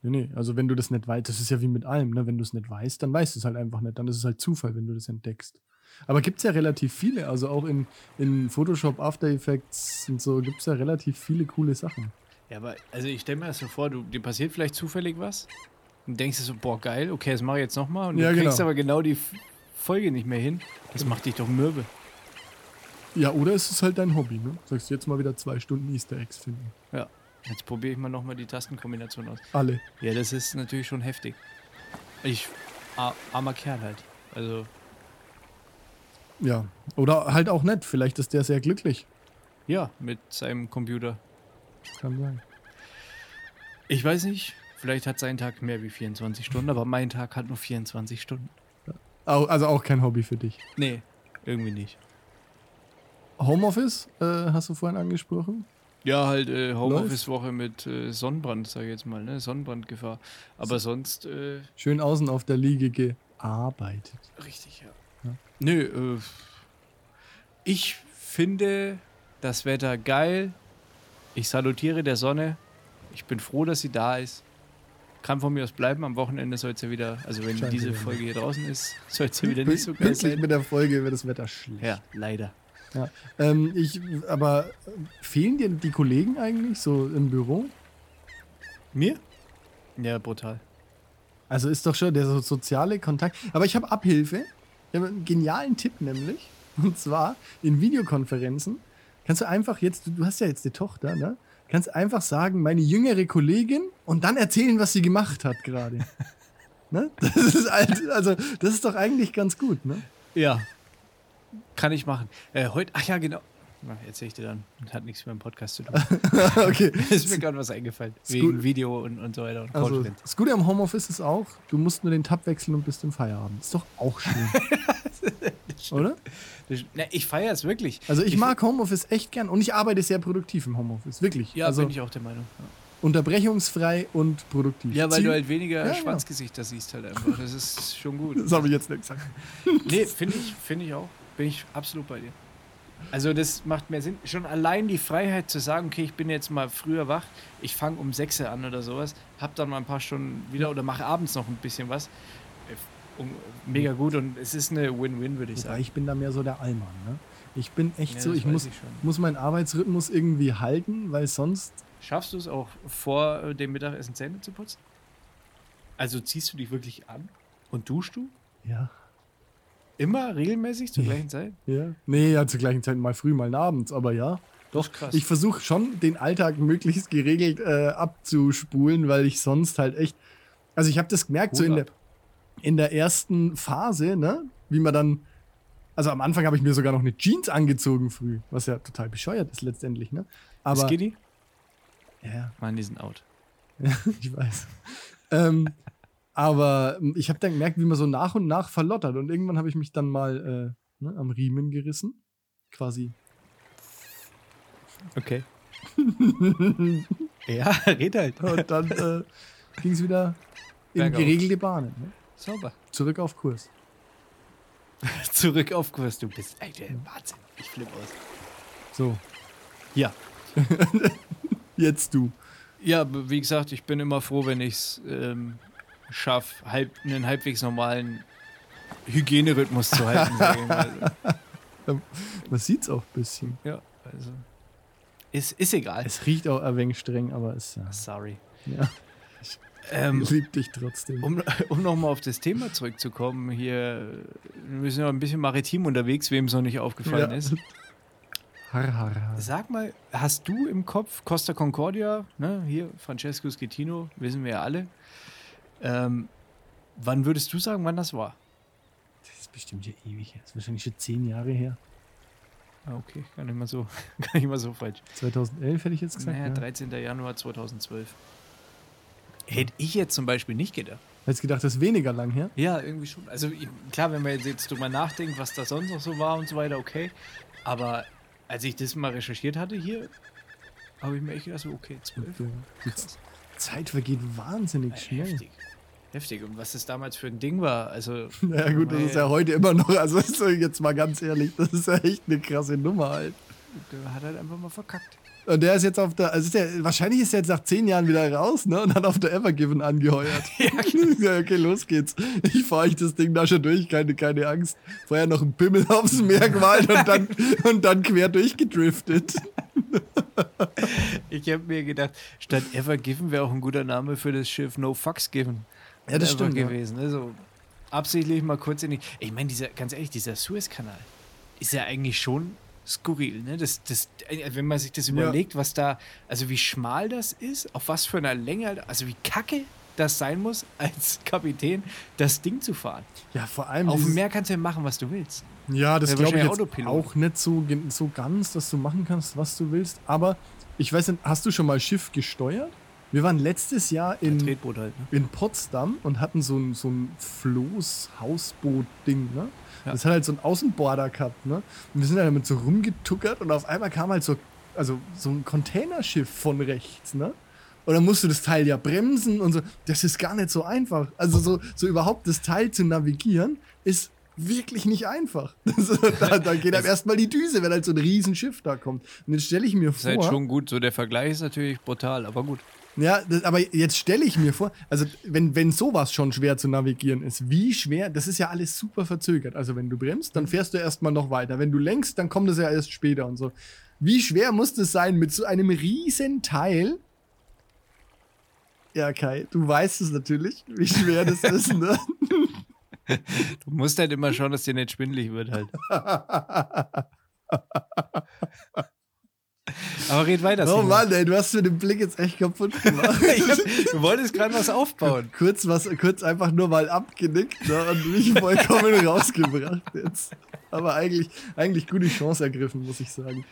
[SPEAKER 2] Nee, nee. Also wenn du das nicht weißt, das ist ja wie mit allem, ne? Wenn du es nicht weißt, dann weißt du es halt einfach nicht. Dann ist es halt Zufall, wenn du das entdeckst. Aber gibt es ja relativ viele, also auch in, in Photoshop, After Effects und so gibt es ja relativ viele coole Sachen.
[SPEAKER 1] ja, aber also ich stelle mir das so vor, du, dir passiert vielleicht zufällig was und denkst dir so, boah, geil, okay, das mache ich jetzt nochmal und
[SPEAKER 2] Ja,
[SPEAKER 1] du
[SPEAKER 2] genau.
[SPEAKER 1] kriegst aber genau die F- Folge nicht mehr hin. Das macht dich doch mürbe.
[SPEAKER 2] Ja, oder es ist halt dein Hobby, ne? Sagst du jetzt mal wieder zwei Stunden Easter Eggs finden.
[SPEAKER 1] Ja, jetzt probiere ich mal nochmal die Tastenkombination aus.
[SPEAKER 2] Alle.
[SPEAKER 1] Ja, das ist natürlich schon heftig. Ich, ar- armer Kerl halt. Also,
[SPEAKER 2] Ja. Oder halt auch nicht. Vielleicht ist der sehr glücklich.
[SPEAKER 1] ja, mit seinem Computer.
[SPEAKER 2] Kann sein.
[SPEAKER 1] Ich weiß nicht, vielleicht hat sein Tag mehr wie 24 Stunden, aber mein Tag hat nur 24 Stunden.
[SPEAKER 2] Au- Also auch kein Hobby für dich.
[SPEAKER 1] Nee, irgendwie nicht.
[SPEAKER 2] Homeoffice, äh, hast du vorhin angesprochen?
[SPEAKER 1] Ja, halt äh, Homeoffice-Woche mit äh, Sonnenbrand, sag ich jetzt mal, ne? Sonnenbrandgefahr. Aber sonst, äh,
[SPEAKER 2] Schön außen auf der Liege gearbeitet.
[SPEAKER 1] richtig, ja. Nö, äh, ich finde das Wetter geil. Ich salutiere der Sonne. Ich bin froh, dass sie da ist. Kann von mir aus bleiben. Am Wochenende soll es ja wieder, also wenn
[SPEAKER 2] Scheint
[SPEAKER 1] diese
[SPEAKER 2] wieder ne? nicht.
[SPEAKER 1] Folge hier draußen ist, soll es ja wieder
[SPEAKER 2] Pünkt-
[SPEAKER 1] nicht so geil
[SPEAKER 2] pünktlich
[SPEAKER 1] sein.
[SPEAKER 2] mit der Folge über das Wetter schlecht.
[SPEAKER 1] Ja, leider.
[SPEAKER 2] Ja. Ähm, ich, aber äh, fehlen dir die Kollegen eigentlich so im Büro?
[SPEAKER 1] Mir? Ja, brutal.
[SPEAKER 2] Also ist doch schon der so soziale Kontakt. Aber ich habe Abhilfe. Ich habe einen genialen Tipp nämlich. Und zwar in Videokonferenzen kannst du einfach jetzt, du- du hast ja jetzt eine Tochter, ne? Kannst einfach sagen, meine jüngere Kollegin und dann erzählen, was sie gemacht hat gerade. ne? Das ist halt, also, das ist doch eigentlich ganz gut, ne?
[SPEAKER 1] Ja. Kann ich machen. Äh, heute, ach ja, genau. Na, Erzähl ich dir dann. Hat nichts mit dem Podcast zu tun.
[SPEAKER 2] okay.
[SPEAKER 1] ist mir gerade was eingefallen.
[SPEAKER 2] Ist
[SPEAKER 1] Wegen
[SPEAKER 2] gut.
[SPEAKER 1] Video und, und so weiter und
[SPEAKER 2] Also,
[SPEAKER 1] Couchband.
[SPEAKER 2] das Gute am Homeoffice ist auch, du musst nur den Tab wechseln und bist im Feierabend. Ist doch auch schön. Oder?
[SPEAKER 1] Das- Na, ich feiere es wirklich.
[SPEAKER 2] Also ich
[SPEAKER 1] Ich-
[SPEAKER 2] mag Homeoffice echt gern und ich arbeite sehr produktiv im Homeoffice. Wirklich.
[SPEAKER 1] Ja,
[SPEAKER 2] also
[SPEAKER 1] bin ich auch der Meinung.
[SPEAKER 2] unterbrechungsfrei und produktiv.
[SPEAKER 1] Ja, weil
[SPEAKER 2] Ziel-
[SPEAKER 1] du halt weniger
[SPEAKER 2] Ja, ja.
[SPEAKER 1] Schwanzgesichter siehst halt einfach. Das ist schon gut.
[SPEAKER 2] Das habe ich jetzt nicht gesagt.
[SPEAKER 1] Nee, finde ich, finde ich auch. Bin ich absolut bei dir. Also das macht mehr Sinn. Schon allein die Freiheit zu sagen, okay, ich bin jetzt mal früher wach, ich fange um 6 an oder sowas, hab dann mal ein paar Stunden wieder oder mache abends noch ein bisschen was. Äh, um- Mega gut und es ist eine Win-Win, würde ich
[SPEAKER 2] Wobei
[SPEAKER 1] sagen.
[SPEAKER 2] ich bin da mehr so der Allmann. Ne? Ich bin echt
[SPEAKER 1] Ja,
[SPEAKER 2] so,
[SPEAKER 1] das
[SPEAKER 2] ich
[SPEAKER 1] weiß
[SPEAKER 2] muss,
[SPEAKER 1] ich schon.
[SPEAKER 2] muss meinen Arbeitsrhythmus irgendwie halten, weil sonst
[SPEAKER 1] Schaffst du es auch vor äh, dem Mittagessen Zähne zu putzen? Also ziehst du dich wirklich an und duschst du?
[SPEAKER 2] ja.
[SPEAKER 1] Immer regelmäßig zur gleichen Zeit?
[SPEAKER 2] Ja. Nee, ja, zur gleichen Zeit mal früh, mal abends, aber ja.
[SPEAKER 1] Doch krass.
[SPEAKER 2] Ich versuche schon, den Alltag möglichst geregelt äh, abzuspulen, weil ich sonst halt echt. Also, ich habe das gemerkt, so
[SPEAKER 1] Hut
[SPEAKER 2] in der,
[SPEAKER 1] ab.
[SPEAKER 2] in der ersten Phase, ne? Wie man dann. Also, am Anfang habe ich mir sogar noch eine Jeans angezogen früh, was ja total bescheuert ist letztendlich, ne? Aber.
[SPEAKER 1] Skinny?
[SPEAKER 2] Ja,
[SPEAKER 1] Mann, die sind out.
[SPEAKER 2] ich weiß. ähm, aber ähm, ich habe dann gemerkt, wie man so nach und nach verlottert. Und irgendwann habe ich mich dann mal äh, ne, am Riemen gerissen. Quasi.
[SPEAKER 1] Okay. ja, red halt.
[SPEAKER 2] Und dann äh, ging es wieder in
[SPEAKER 1] Bergauf.
[SPEAKER 2] geregelte Bahnen. Ne?
[SPEAKER 1] Sauber.
[SPEAKER 2] Zurück auf Kurs.
[SPEAKER 1] Zurück auf Kurs, du bist echt der Wahnsinn. Ich flippe aus.
[SPEAKER 2] So,
[SPEAKER 1] Ja.
[SPEAKER 2] jetzt du.
[SPEAKER 1] Ja, b- wie gesagt, ich bin immer froh, wenn ich es ähm, schaffe, halb, einen halbwegs normalen Hygienerhythmus zu halten. sag ich mal.
[SPEAKER 2] Man sieht's auch ein bisschen.
[SPEAKER 1] ja, also. Ist, ist egal.
[SPEAKER 2] Es riecht auch ein wenig streng, aber es äh, ja,
[SPEAKER 1] Sorry.
[SPEAKER 2] ja,
[SPEAKER 1] Ähm,
[SPEAKER 2] liebt dich trotzdem.
[SPEAKER 1] um um nochmal auf das Thema zurückzukommen, hier, wir sind ja ein bisschen maritim unterwegs, wem es noch nicht aufgefallen
[SPEAKER 2] Ja.
[SPEAKER 1] ist.
[SPEAKER 2] Har, har, har.
[SPEAKER 1] Sag mal, hast du im Kopf Costa Concordia, ne, hier Francesco Schettino, wissen wir ja alle. Ähm, wann würdest du sagen, wann das war?
[SPEAKER 2] Das ist bestimmt ja ewig. her. Das ist wahrscheinlich schon zehn Jahre her.
[SPEAKER 1] Ah, Okay, gar nicht mal so, gar nicht mal so falsch.
[SPEAKER 2] 2011 hätte ich jetzt gesagt.
[SPEAKER 1] Naja,
[SPEAKER 2] ja.
[SPEAKER 1] 13. Januar 2012. Hätte ich jetzt zum Beispiel nicht gedacht.
[SPEAKER 2] Hättest gedacht, das ist weniger lang her.
[SPEAKER 1] Ja, irgendwie schon. Also ich- klar, wenn man jetzt, jetzt drüber nachdenkt, was da sonst noch so war und so weiter, okay. Aber als ich das mal recherchiert hatte hier, habe ich mir echt gedacht, so, okay, 12.
[SPEAKER 2] Ja. Die
[SPEAKER 1] Krass.
[SPEAKER 2] Zeit vergeht wahnsinnig schnell.
[SPEAKER 1] Heftig. Heftig. Und was das damals für ein Ding war. Also,
[SPEAKER 2] Ja gut, das ist ja heute immer noch, also ist so jetzt mal ganz ehrlich, das ist ja echt eine krasse Nummer halt.
[SPEAKER 1] der hat halt einfach mal verkackt.
[SPEAKER 2] Und der ist jetzt auf der, also ist der, wahrscheinlich ist er jetzt nach zehn Jahren wieder raus, ne? Und hat auf der Evergiven angeheuert. ja, okay, los geht's. Ich fahr euch das Ding da schon durch, keine, keine Angst. Vorher noch ein Pimmel aufs Meer gemalt und dann, und dann quer durchgedriftet.
[SPEAKER 1] Ich habe mir gedacht, statt Ever Given wäre auch ein guter Name für das Schiff No Fucks Given.
[SPEAKER 2] Ja, das
[SPEAKER 1] Ever
[SPEAKER 2] stimmt, ja.
[SPEAKER 1] gewesen. Ne? So absichtlich mal kurz in die. Ich meine, dieser, ganz ehrlich, dieser Suezkanal ist ja eigentlich schon skurril. Ne? Das, das, wenn man sich das überlegt, was da, also wie schmal das ist, auf was für einer Länge, also wie kacke das sein muss, als Kapitän das Ding zu fahren.
[SPEAKER 2] Ja, vor allem.
[SPEAKER 1] Auf dem
[SPEAKER 2] dieses-
[SPEAKER 1] Meer kannst du ja machen, was du willst.
[SPEAKER 2] Ja, das
[SPEAKER 1] Ja,
[SPEAKER 2] glaube ich jetzt
[SPEAKER 1] wahrscheinlich Autopilot.
[SPEAKER 2] auch nicht so, gen- so ganz, dass du machen kannst, was du willst. Aber ich weiß nicht, hast du schon mal Schiff gesteuert? Wir waren letztes Jahr
[SPEAKER 1] Ein
[SPEAKER 2] in,
[SPEAKER 1] Tretboot halt. Ne?
[SPEAKER 2] in Potsdam und hatten so ein, so ein Floß-Hausboot-Ding. Ne?
[SPEAKER 1] Ja.
[SPEAKER 2] Das hat halt so einen Außenborder gehabt. Ne? Und wir sind dann damit so rumgetuckert und auf einmal kam halt so, also so ein Containerschiff von rechts. Ne? Und dann musst du das Teil ja bremsen und so. Das ist gar nicht so einfach. Also so, so überhaupt das Teil zu navigieren, ist wirklich nicht einfach. Das, da, da geht einem erstmal die Düse, wenn halt so ein Riesenschiff da kommt. Und jetzt stelle ich mir
[SPEAKER 1] Ist
[SPEAKER 2] vor...
[SPEAKER 1] halt schon gut. So der Vergleich ist natürlich brutal, aber gut.
[SPEAKER 2] Ja, das, aber jetzt stelle ich mir vor, also wenn, wenn sowas schon schwer zu navigieren ist, wie schwer, das ist ja alles super verzögert. Also wenn du bremst,
[SPEAKER 1] Mhm.
[SPEAKER 2] dann fährst du erstmal noch weiter. Wenn du lenkst, dann kommt das ja erst später und so. Wie schwer muss das sein mit so einem riesen Teil? Ja, Kai, du weißt es natürlich, wie schwer das ist, ne?
[SPEAKER 1] Du musst halt immer schauen, dass dir nicht schwindelig wird halt. Aber red weiter.
[SPEAKER 2] Oh
[SPEAKER 1] Simon.
[SPEAKER 2] Mann, ey, du hast mir den Blick jetzt echt kaputt gemacht.
[SPEAKER 1] Also Ich hab, du wolltest gerade was aufbauen.
[SPEAKER 2] kurz, was, kurz einfach nur mal abgenickt ne, und mich vollkommen rausgebracht jetzt. Aber eigentlich, eigentlich gute Chance ergriffen, muss ich sagen.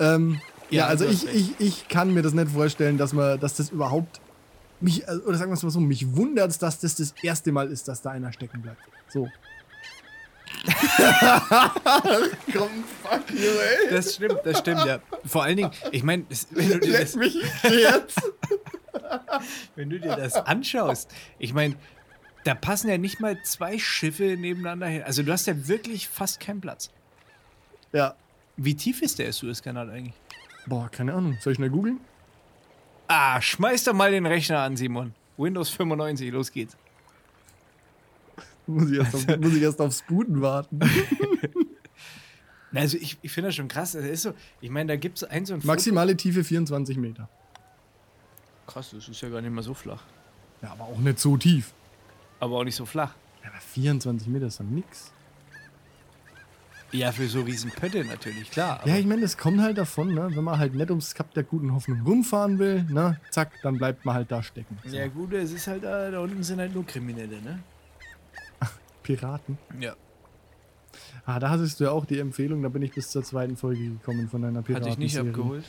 [SPEAKER 2] Ähm, ja,
[SPEAKER 1] Ja,
[SPEAKER 2] also
[SPEAKER 1] du hast
[SPEAKER 2] ich,
[SPEAKER 1] recht.
[SPEAKER 2] ich, ich kann mir das nicht vorstellen, dass man, dass das überhaupt mich, also- oder sagen wir es mal so, mich wundert, dass das das erste Mal ist, dass da einer stecken bleibt. So. Komm, fuck you, ey.
[SPEAKER 1] Das stimmt, das stimmt, ja. Vor allen Dingen, ich meine, es- wenn, du dir
[SPEAKER 2] Lass
[SPEAKER 1] das-
[SPEAKER 2] mich jetzt.
[SPEAKER 1] wenn du dir das anschaust, ich meine, da passen ja nicht mal zwei Schiffe nebeneinander hin. Also du hast ja wirklich fast keinen Platz.
[SPEAKER 2] Ja.
[SPEAKER 1] Wie tief ist der Suezkanal eigentlich?
[SPEAKER 2] Boah, keine Ahnung. Soll ich schnell googeln?
[SPEAKER 1] Ah, schmeiß doch mal den Rechner an, Simon. Windows 95, los geht's.
[SPEAKER 2] Muss ich erst, auf, muss ich erst aufs Booten warten.
[SPEAKER 1] Na, Also ich, ich finde das schon krass. Also ist so, ich meine, da gibt es ein so ein Foto-
[SPEAKER 2] Maximale Tiefe 24 Meter.
[SPEAKER 1] Krass, das ist ja gar nicht mal so flach.
[SPEAKER 2] Ja, aber auch nicht so tief.
[SPEAKER 1] Aber auch nicht so flach.
[SPEAKER 2] Ja, aber 24 Meter ist dann nix.
[SPEAKER 1] Ja, für so riesen Pötte natürlich, klar.
[SPEAKER 2] Ja,
[SPEAKER 1] aber-
[SPEAKER 2] ich meine, das kommt halt davon, ne? wenn man halt nicht ums Kap der guten Hoffnung rumfahren will, ne? zack, dann bleibt man halt da stecken. So,
[SPEAKER 1] ja gut, es ist halt, äh, da unten sind halt nur Kriminelle, ne?
[SPEAKER 2] Piraten.
[SPEAKER 1] Ja.
[SPEAKER 2] Ah, da hattest du ja auch die Empfehlung, da bin ich bis zur zweiten Folge gekommen von deiner Piraten.
[SPEAKER 1] Hatte ich nicht abgeholt.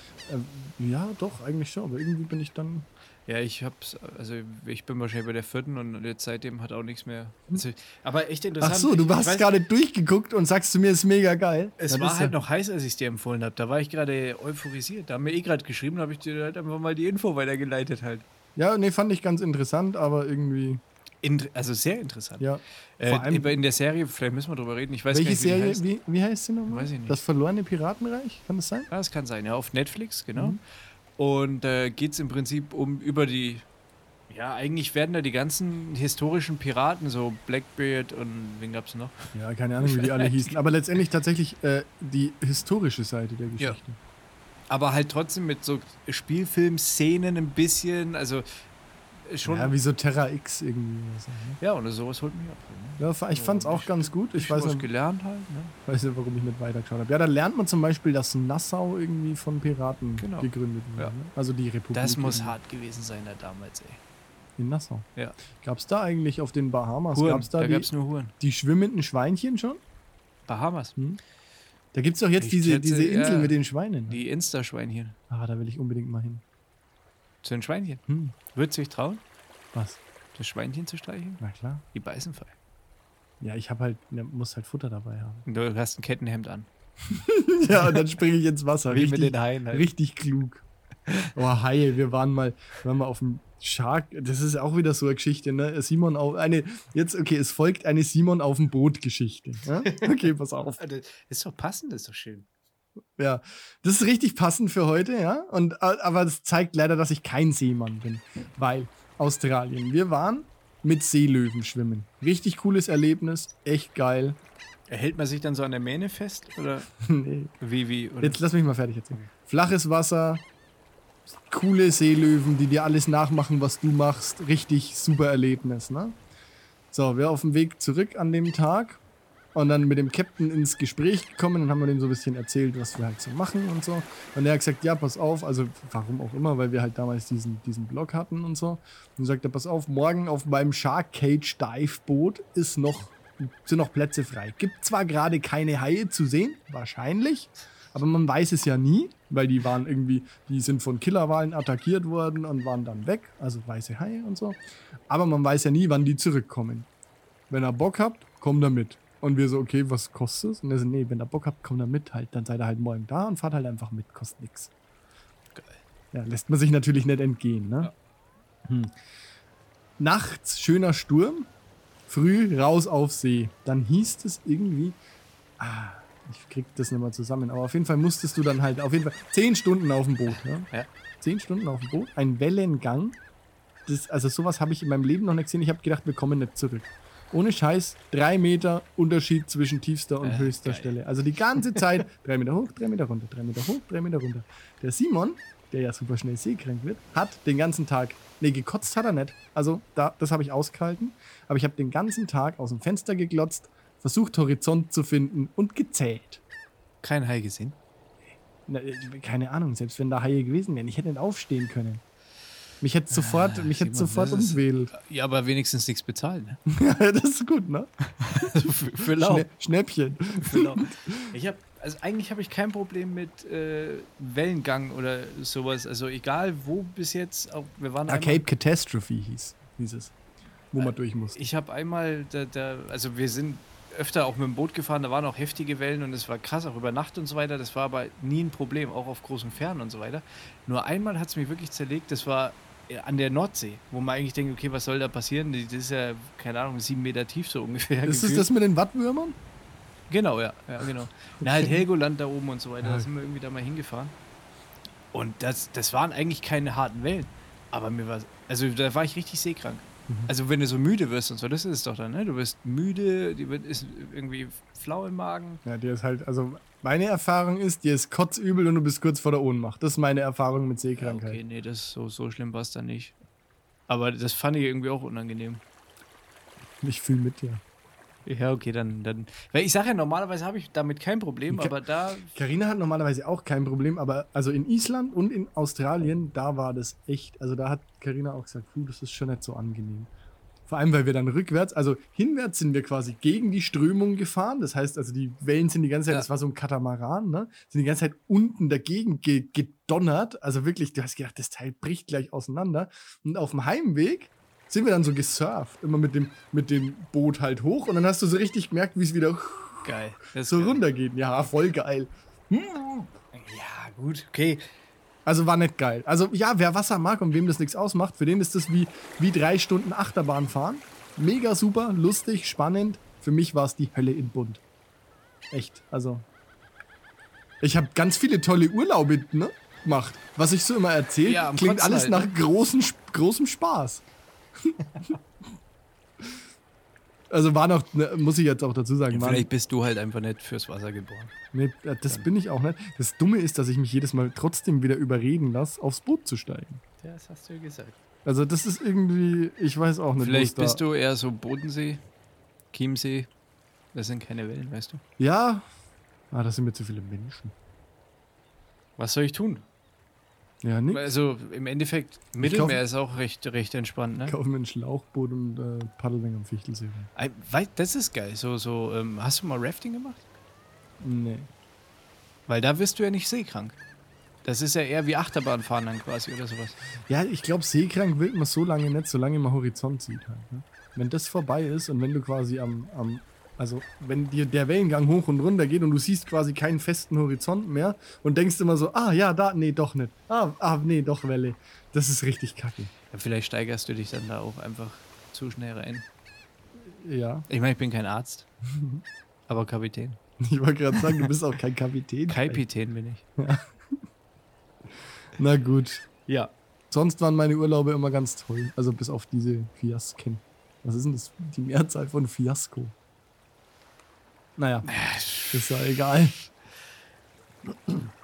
[SPEAKER 2] Ja, doch, eigentlich schon, aber irgendwie bin ich dann.
[SPEAKER 1] Ja, ich hab's, also ich bin wahrscheinlich bei der vierten und jetzt seitdem hat auch nichts mehr. Also, aber echt interessant.
[SPEAKER 2] Hm? Ach so, du
[SPEAKER 1] ich
[SPEAKER 2] hast
[SPEAKER 1] weiß-
[SPEAKER 2] gerade durchgeguckt und sagst zu mir, ist mega geil.
[SPEAKER 1] Es
[SPEAKER 2] Dann
[SPEAKER 1] war
[SPEAKER 2] ist
[SPEAKER 1] halt
[SPEAKER 2] ja-
[SPEAKER 1] noch heiß, als ich es dir empfohlen habe. Da war ich gerade euphorisiert. Da haben wir eh gerade geschrieben, habe ich dir halt einfach mal die Info weitergeleitet halt.
[SPEAKER 2] Ja, nee, fand ich ganz interessant, aber irgendwie.
[SPEAKER 1] Int- also sehr interessant.
[SPEAKER 2] Ja.
[SPEAKER 1] Äh,
[SPEAKER 2] Vor allem-
[SPEAKER 1] aber in der Serie, vielleicht müssen wir drüber reden. Ich weiß
[SPEAKER 2] Welche
[SPEAKER 1] gar nicht, wie die
[SPEAKER 2] Serie,
[SPEAKER 1] heißt.
[SPEAKER 2] wie, wie heißt sie nochmal?
[SPEAKER 1] Weiß ich nicht.
[SPEAKER 2] Das verlorene Piratenreich, kann das sein?
[SPEAKER 1] Ja, das kann sein, ja, auf Netflix, genau.
[SPEAKER 2] Mhm.
[SPEAKER 1] Und äh, geht es im Prinzip um über die. Ja, eigentlich werden da die ganzen historischen Piraten, so Blackbeard und wen gab's noch?
[SPEAKER 2] Ja, keine Ahnung, wie die alle hießen. Aber letztendlich tatsächlich äh, die historische Seite der Geschichte.
[SPEAKER 1] Aber halt trotzdem mit so Spielfilm-Szenen ein bisschen, also
[SPEAKER 2] Ja,
[SPEAKER 1] schon.
[SPEAKER 2] wie so Terra X irgendwie. oder So, ne?
[SPEAKER 1] Ja, und sowas holt mich ab. Ne?
[SPEAKER 2] ja, fa- ich fand's auch ganz gut. Ich weiß
[SPEAKER 1] was
[SPEAKER 2] nicht,
[SPEAKER 1] gelernt halt, ne?
[SPEAKER 2] weiß nicht, warum ich nicht weitergeschaut habe. Ja, da lernt man zum Beispiel, dass Nassau irgendwie von Piraten
[SPEAKER 1] Genau.
[SPEAKER 2] gegründet wurde.
[SPEAKER 1] Ja.
[SPEAKER 2] Ne? Also die Republik.
[SPEAKER 1] Das muss
[SPEAKER 2] in,
[SPEAKER 1] hart gewesen sein da damals, ey.
[SPEAKER 2] in Nassau.
[SPEAKER 1] Ja.
[SPEAKER 2] Gab's da eigentlich auf den Bahamas,
[SPEAKER 1] Huren,
[SPEAKER 2] gab's da,
[SPEAKER 1] da
[SPEAKER 2] die,
[SPEAKER 1] gab's nur Huren.
[SPEAKER 2] die schwimmenden Schweinchen schon?
[SPEAKER 1] Bahamas.
[SPEAKER 2] Da gibt's doch jetzt
[SPEAKER 1] Ich
[SPEAKER 2] diese,
[SPEAKER 1] schätze,
[SPEAKER 2] diese Insel
[SPEAKER 1] ja.
[SPEAKER 2] mit den Schweinen. ne?
[SPEAKER 1] Die Insta-Schweinchen.
[SPEAKER 2] Ah, da will ich unbedingt mal hin.
[SPEAKER 1] Zu den Schweinchen.
[SPEAKER 2] Hm,
[SPEAKER 1] Würdest du dich trauen,
[SPEAKER 2] was?
[SPEAKER 1] das Schweinchen zu streicheln?
[SPEAKER 2] Na klar.
[SPEAKER 1] Die beißen frei.
[SPEAKER 2] Ja, ich habe halt, ne, muss halt Futter dabei haben.
[SPEAKER 1] Und Du hast ein Kettenhemd an.
[SPEAKER 2] Ja, und dann springe ich ins Wasser.
[SPEAKER 1] Wie mit den Haien halt.
[SPEAKER 2] richtig klug. Oh, Haie, wir waren mal, wir waren mal auf dem Shark, das ist auch wieder so eine Geschichte, ne? Simon auf eine, jetzt, okay, es folgt eine Simon auf dem Boot-Geschichte. Ja? Okay, pass auf.
[SPEAKER 1] Das ist doch passend, das ist doch schön.
[SPEAKER 2] Ja, das ist richtig passend für heute, ja. Und, a- aber es zeigt leider, dass ich kein Seemann bin, weil Australien. Wir waren mit Seelöwen schwimmen. Richtig cooles Erlebnis, echt geil.
[SPEAKER 1] Hält man sich dann so an der Mähne fest? Oder
[SPEAKER 2] nee.
[SPEAKER 1] wie, wie? Oder?
[SPEAKER 2] Jetzt lass mich mal fertig erzählen. Flaches Wasser, coole Seelöwen, die dir alles nachmachen, was du machst. Richtig super Erlebnis, ne? So, wir auf dem Weg zurück an dem Tag und dann mit dem Captain ins Gespräch gekommen und haben wir dem so ein bisschen erzählt, was wir halt so machen und so. Und er hat gesagt, ja, pass auf, also warum auch immer, weil wir halt damals diesen, diesen Blog hatten und so. Und sagt er, pass auf, morgen auf meinem Shark Cage Dive Boot ist noch, sind noch Plätze frei. Gibt zwar gerade keine Haie zu sehen, wahrscheinlich, aber man weiß es ja nie, weil die waren irgendwie, die sind von Killerwahlen attackiert worden und waren dann weg, also weiße Haie und so. Aber man weiß ja nie, wann die zurückkommen. Wenn ihr Bock habt, kommt da mit. Und wir so, okay, was kostet es? Und er so, nee, wenn ihr Bock habt, kommt da mit halt. Dann seid ihr halt morgen da und fahrt halt einfach mit, kostet nix. Geil. Ja, lässt man sich natürlich nicht entgehen, ne? Hm. Nachts schöner Sturm, früh raus auf See. Dann hieß es irgendwie, ah, ich krieg das nicht mal zusammen, aber auf jeden Fall musstest du dann halt, auf jeden Fall, zehn Stunden auf dem Boot. Ne?
[SPEAKER 1] Ja.
[SPEAKER 2] Zehn Stunden auf dem Boot, ein Wellengang. Das, also sowas habe ich in meinem Leben noch nicht gesehen. Ich habe gedacht, wir kommen nicht zurück. Ohne Scheiß, drei Meter Unterschied zwischen tiefster und
[SPEAKER 1] Äh,
[SPEAKER 2] höchster
[SPEAKER 1] geil.
[SPEAKER 2] Stelle. Also die ganze Zeit, drei Meter hoch, drei Meter runter, drei Meter hoch, drei Meter runter. Der Simon, der ja super schnell seekrank wird, hat den ganzen Tag, nee, gekotzt hat er nicht. Also da, das habe ich ausgehalten. Aber ich habe den ganzen Tag aus dem Fenster geglotzt, versucht Horizont zu finden und gezählt.
[SPEAKER 1] Kein Hai gesehen.
[SPEAKER 2] Na, äh, keine Ahnung, selbst wenn da Haie gewesen wären, ich hätte nicht aufstehen können. Mich hätte sofort, mich hätte
[SPEAKER 1] Simon,
[SPEAKER 2] sofort
[SPEAKER 1] das ist-
[SPEAKER 2] umwedelt.
[SPEAKER 1] Ja, aber wenigstens nichts bezahlen. Ne?
[SPEAKER 2] das ist gut, ne?
[SPEAKER 1] für, für Lau.
[SPEAKER 2] Schnä Schnäppchen.
[SPEAKER 1] Genau. Ich habe, also eigentlich habe ich kein Problem mit äh, Wellengang oder sowas. Also egal wo bis jetzt, auch wir waren einmal-
[SPEAKER 2] Arcade Catastrophe hieß, hieß es. Wo man durch muss.
[SPEAKER 1] Ich habe einmal, da, da, also wir sind öfter auch mit dem Boot gefahren, da waren auch heftige Wellen und es war krass, auch über Nacht und so weiter. Das war aber nie ein Problem, auch auf großen Fernen und so weiter. Nur einmal hat es mich wirklich zerlegt, das war äh, an der Nordsee, wo man eigentlich denkt, okay, was soll da passieren? Die- Das ist ja, keine Ahnung, sieben Meter tief so ungefähr.
[SPEAKER 2] Ist es
[SPEAKER 1] gefühlt.
[SPEAKER 2] das mit den Wattwürmern?
[SPEAKER 1] Genau, ja, ja genau. Na, halt Helgoland da oben und so weiter, da
[SPEAKER 2] Ja.
[SPEAKER 1] sind wir irgendwie da mal hingefahren. Und das, das waren eigentlich keine harten Wellen. Aber mir war, also da war ich richtig seekrank. Also wenn du so müde wirst und so, das ist es doch dann, ne? Du wirst müde, die wird, ist irgendwie flau im Magen.
[SPEAKER 2] Ja, dir ist halt, also meine Erfahrung ist, dir ist kotzübel und du bist kurz vor der Ohnmacht. Das ist meine Erfahrung mit
[SPEAKER 1] Ja,
[SPEAKER 2] Seekrankheit.
[SPEAKER 1] okay, nee, das so, so schlimm war es dann nicht. Aber das fand ich irgendwie auch unangenehm.
[SPEAKER 2] Ich fühle mit dir.
[SPEAKER 1] Ja, okay, dann, dann. Weil ich sage ja, normalerweise habe ich damit kein Problem,
[SPEAKER 2] Ka-
[SPEAKER 1] aber da.
[SPEAKER 2] Karina hat normalerweise auch kein Problem, aber also in Island und in Australien, da war das echt, also da hat Karina auch gesagt, puh, das ist schon nicht so angenehm. Vor allem, weil wir dann rückwärts, also hinwärts sind wir quasi gegen die Strömung gefahren. Das heißt, also die Wellen sind die ganze Zeit,
[SPEAKER 1] Ja.
[SPEAKER 2] das war so ein Katamaran, ne? Sind die ganze Zeit unten dagegen ge gedonnert. Also wirklich, du hast gedacht, das Teil bricht gleich auseinander. Und auf dem Heimweg sind wir dann so gesurft, immer mit dem, mit dem Boot halt hoch. Und dann hast du so richtig gemerkt, wie es wieder
[SPEAKER 1] Geil. Das
[SPEAKER 2] so
[SPEAKER 1] geil.
[SPEAKER 2] runtergeht. Ja, voll geil.
[SPEAKER 1] Ja, gut, okay.
[SPEAKER 2] Also war nicht geil. Also ja, wer Wasser mag und wem das nichts ausmacht, für den ist das wie, wie drei Stunden Achterbahn fahren. Mega super, lustig, spannend. Für mich war es die Hölle in Bund. Echt, also. Ich habe ganz viele tolle Urlaube ne, gemacht. Was ich so immer erzähle,
[SPEAKER 1] Ja, am
[SPEAKER 2] klingt
[SPEAKER 1] Kotzen
[SPEAKER 2] alles
[SPEAKER 1] halt,
[SPEAKER 2] nach
[SPEAKER 1] ne?
[SPEAKER 2] großen, großem Spaß. also war noch, ne, muss ich jetzt auch dazu sagen, war
[SPEAKER 1] Vielleicht bist du halt einfach nicht fürs Wasser geboren.
[SPEAKER 2] Nee, das bin ich auch nicht. Das Dumme ist, dass ich mich jedes Mal trotzdem wieder überreden lasse, aufs Boot zu steigen.
[SPEAKER 1] Das hast du ja gesagt.
[SPEAKER 2] Also das ist irgendwie, ich weiß auch nicht.
[SPEAKER 1] Vielleicht
[SPEAKER 2] wo es
[SPEAKER 1] bist du eher so Bodensee, Chiemsee. Das sind keine Wellen, weißt du.
[SPEAKER 2] da. Ja. Ah, das sind mir zu viele Menschen.
[SPEAKER 1] Was soll ich tun?
[SPEAKER 2] Ja, nix.
[SPEAKER 1] Also im Endeffekt, Mittelmeer ist auch recht, recht entspannt, ne?
[SPEAKER 2] Ich kaufe mir ein Schlauchboot und äh, paddel wegen am Fichtelsee. rum.
[SPEAKER 1] Ei, wei- Das ist geil. So, so, ähm, hast du mal Rafting gemacht?
[SPEAKER 2] Nee.
[SPEAKER 1] Weil da wirst du ja nicht seekrank. Das ist ja eher wie Achterbahnfahren dann quasi oder sowas.
[SPEAKER 2] Ja, ich glaube, seekrank wird man so lange nicht, solange man Horizont sieht. Halt, ne? Wenn das vorbei ist und wenn du quasi am, am, also wenn dir der Wellengang hoch und runter geht und du siehst quasi keinen festen Horizont mehr und denkst immer so, ah ja, da, nee, doch nicht. Ah, ah nee, doch Welle. Das ist richtig kacke.
[SPEAKER 1] Ja, Vielleicht steigerst du dich dann da auch einfach zu schnell rein.
[SPEAKER 2] Ja.
[SPEAKER 1] Ich meine, ich bin kein Arzt, aber Kapitän.
[SPEAKER 2] Ich wollte gerade sagen, du bist auch kein Kapitän.
[SPEAKER 1] Kapitän bin ich.
[SPEAKER 2] Na gut.
[SPEAKER 1] Ja.
[SPEAKER 2] Sonst waren meine Urlaube immer ganz toll. Also bis auf diese Fiasken. Was ist denn das? Die Mehrzahl von Fiasko. Naja, ist ja egal.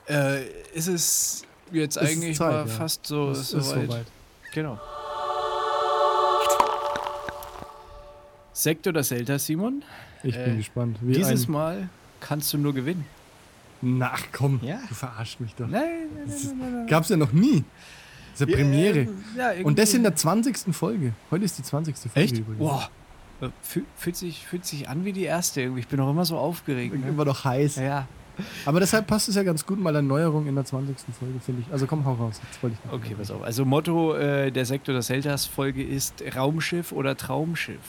[SPEAKER 1] Äh, ist es jetzt
[SPEAKER 2] Ist
[SPEAKER 1] eigentlich
[SPEAKER 2] Zeit,
[SPEAKER 1] mal
[SPEAKER 2] ja.
[SPEAKER 1] fast so
[SPEAKER 2] Es
[SPEAKER 1] soweit? Genau. Sekt oder Selta, Simon?
[SPEAKER 2] Ich bin
[SPEAKER 1] Äh,
[SPEAKER 2] gespannt. Wie
[SPEAKER 1] Dieses
[SPEAKER 2] ein
[SPEAKER 1] Mal kannst du nur gewinnen.
[SPEAKER 2] Na komm,
[SPEAKER 1] Ja.
[SPEAKER 2] du verarschst mich doch.
[SPEAKER 1] Nein, nein, nein, nein, nein.
[SPEAKER 2] Gab's ja noch nie. Das ist ja Premiere.
[SPEAKER 1] Ja, irgendwie.
[SPEAKER 2] Und das in der 20. Folge. Heute ist die 20. Folge
[SPEAKER 1] Echt?
[SPEAKER 2] übrigens.
[SPEAKER 1] Boah. Äh, Fühlt, fühlt, sich, fühlt sich an wie die erste irgendwie. Ich bin auch immer so aufgeregt. Ne?
[SPEAKER 2] Immer noch heiß.
[SPEAKER 1] Ja, ja,
[SPEAKER 2] Aber deshalb passt es ja ganz gut, mal eine Neuerung in der 20. Folge, finde ich. Also komm, hau raus. Jetzt wollte ich noch
[SPEAKER 1] okay, pass auf. Also Motto äh, der Sektor des Seltas Folge ist Raumschiff oder Traumschiff.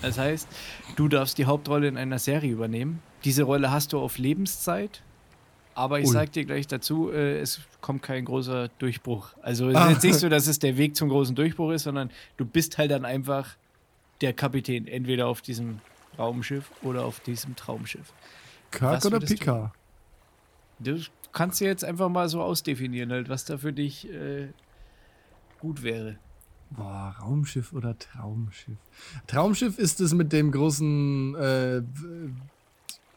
[SPEAKER 1] Das heißt, du darfst die Hauptrolle in einer Serie übernehmen. Diese Rolle hast du auf Lebenszeit. Aber ich
[SPEAKER 2] Ui.
[SPEAKER 1] sag dir gleich dazu, äh, es kommt kein großer Durchbruch. Also es
[SPEAKER 2] Ah.
[SPEAKER 1] ist jetzt nicht so, dass es der Weg zum großen Durchbruch ist, sondern du bist halt dann einfach der Kapitän, entweder auf diesem Raumschiff oder auf diesem Traumschiff.
[SPEAKER 2] Kirk
[SPEAKER 1] Was
[SPEAKER 2] oder
[SPEAKER 1] würdest du-
[SPEAKER 2] Picard?
[SPEAKER 1] Du kannst dir jetzt einfach mal so ausdefinieren, halt, was da für dich äh, gut wäre.
[SPEAKER 2] Boah, Raumschiff oder Traumschiff? Traumschiff ist es mit dem großen äh,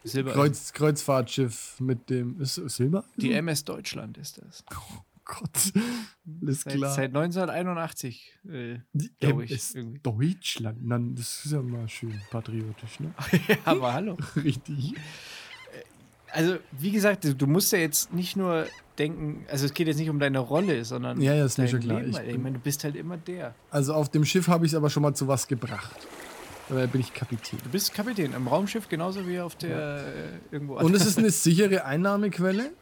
[SPEAKER 1] Silber.
[SPEAKER 2] Kreuz, Kreuzfahrtschiff mit dem. Ist es Silber?
[SPEAKER 1] Die MS Deutschland ist das.
[SPEAKER 2] oh Gott. Alles
[SPEAKER 1] Seit,
[SPEAKER 2] klar.
[SPEAKER 1] seit 1981. Äh,
[SPEAKER 2] Die
[SPEAKER 1] glaub ich,
[SPEAKER 2] MS
[SPEAKER 1] irgendwie.
[SPEAKER 2] Deutschland. Na, das ist ja mal schön patriotisch, ne?
[SPEAKER 1] aber hallo.
[SPEAKER 2] Richtig.
[SPEAKER 1] Also, wie gesagt, du- du musst ja jetzt nicht nur denken, also es geht jetzt nicht um deine Rolle, sondern
[SPEAKER 2] Ja, ja, ist mir
[SPEAKER 1] dein
[SPEAKER 2] schon klar.
[SPEAKER 1] Leben.
[SPEAKER 2] Ich
[SPEAKER 1] Ich, ich
[SPEAKER 2] bin-
[SPEAKER 1] meine, du bist halt immer der.
[SPEAKER 2] Also auf dem Schiff habe ich es aber schon mal zu was gebracht. Da bin ich Kapitän.
[SPEAKER 1] Du bist Kapitän im Raumschiff genauso wie auf der äh, irgendwo
[SPEAKER 2] Und es ist eine sichere Einnahmequelle.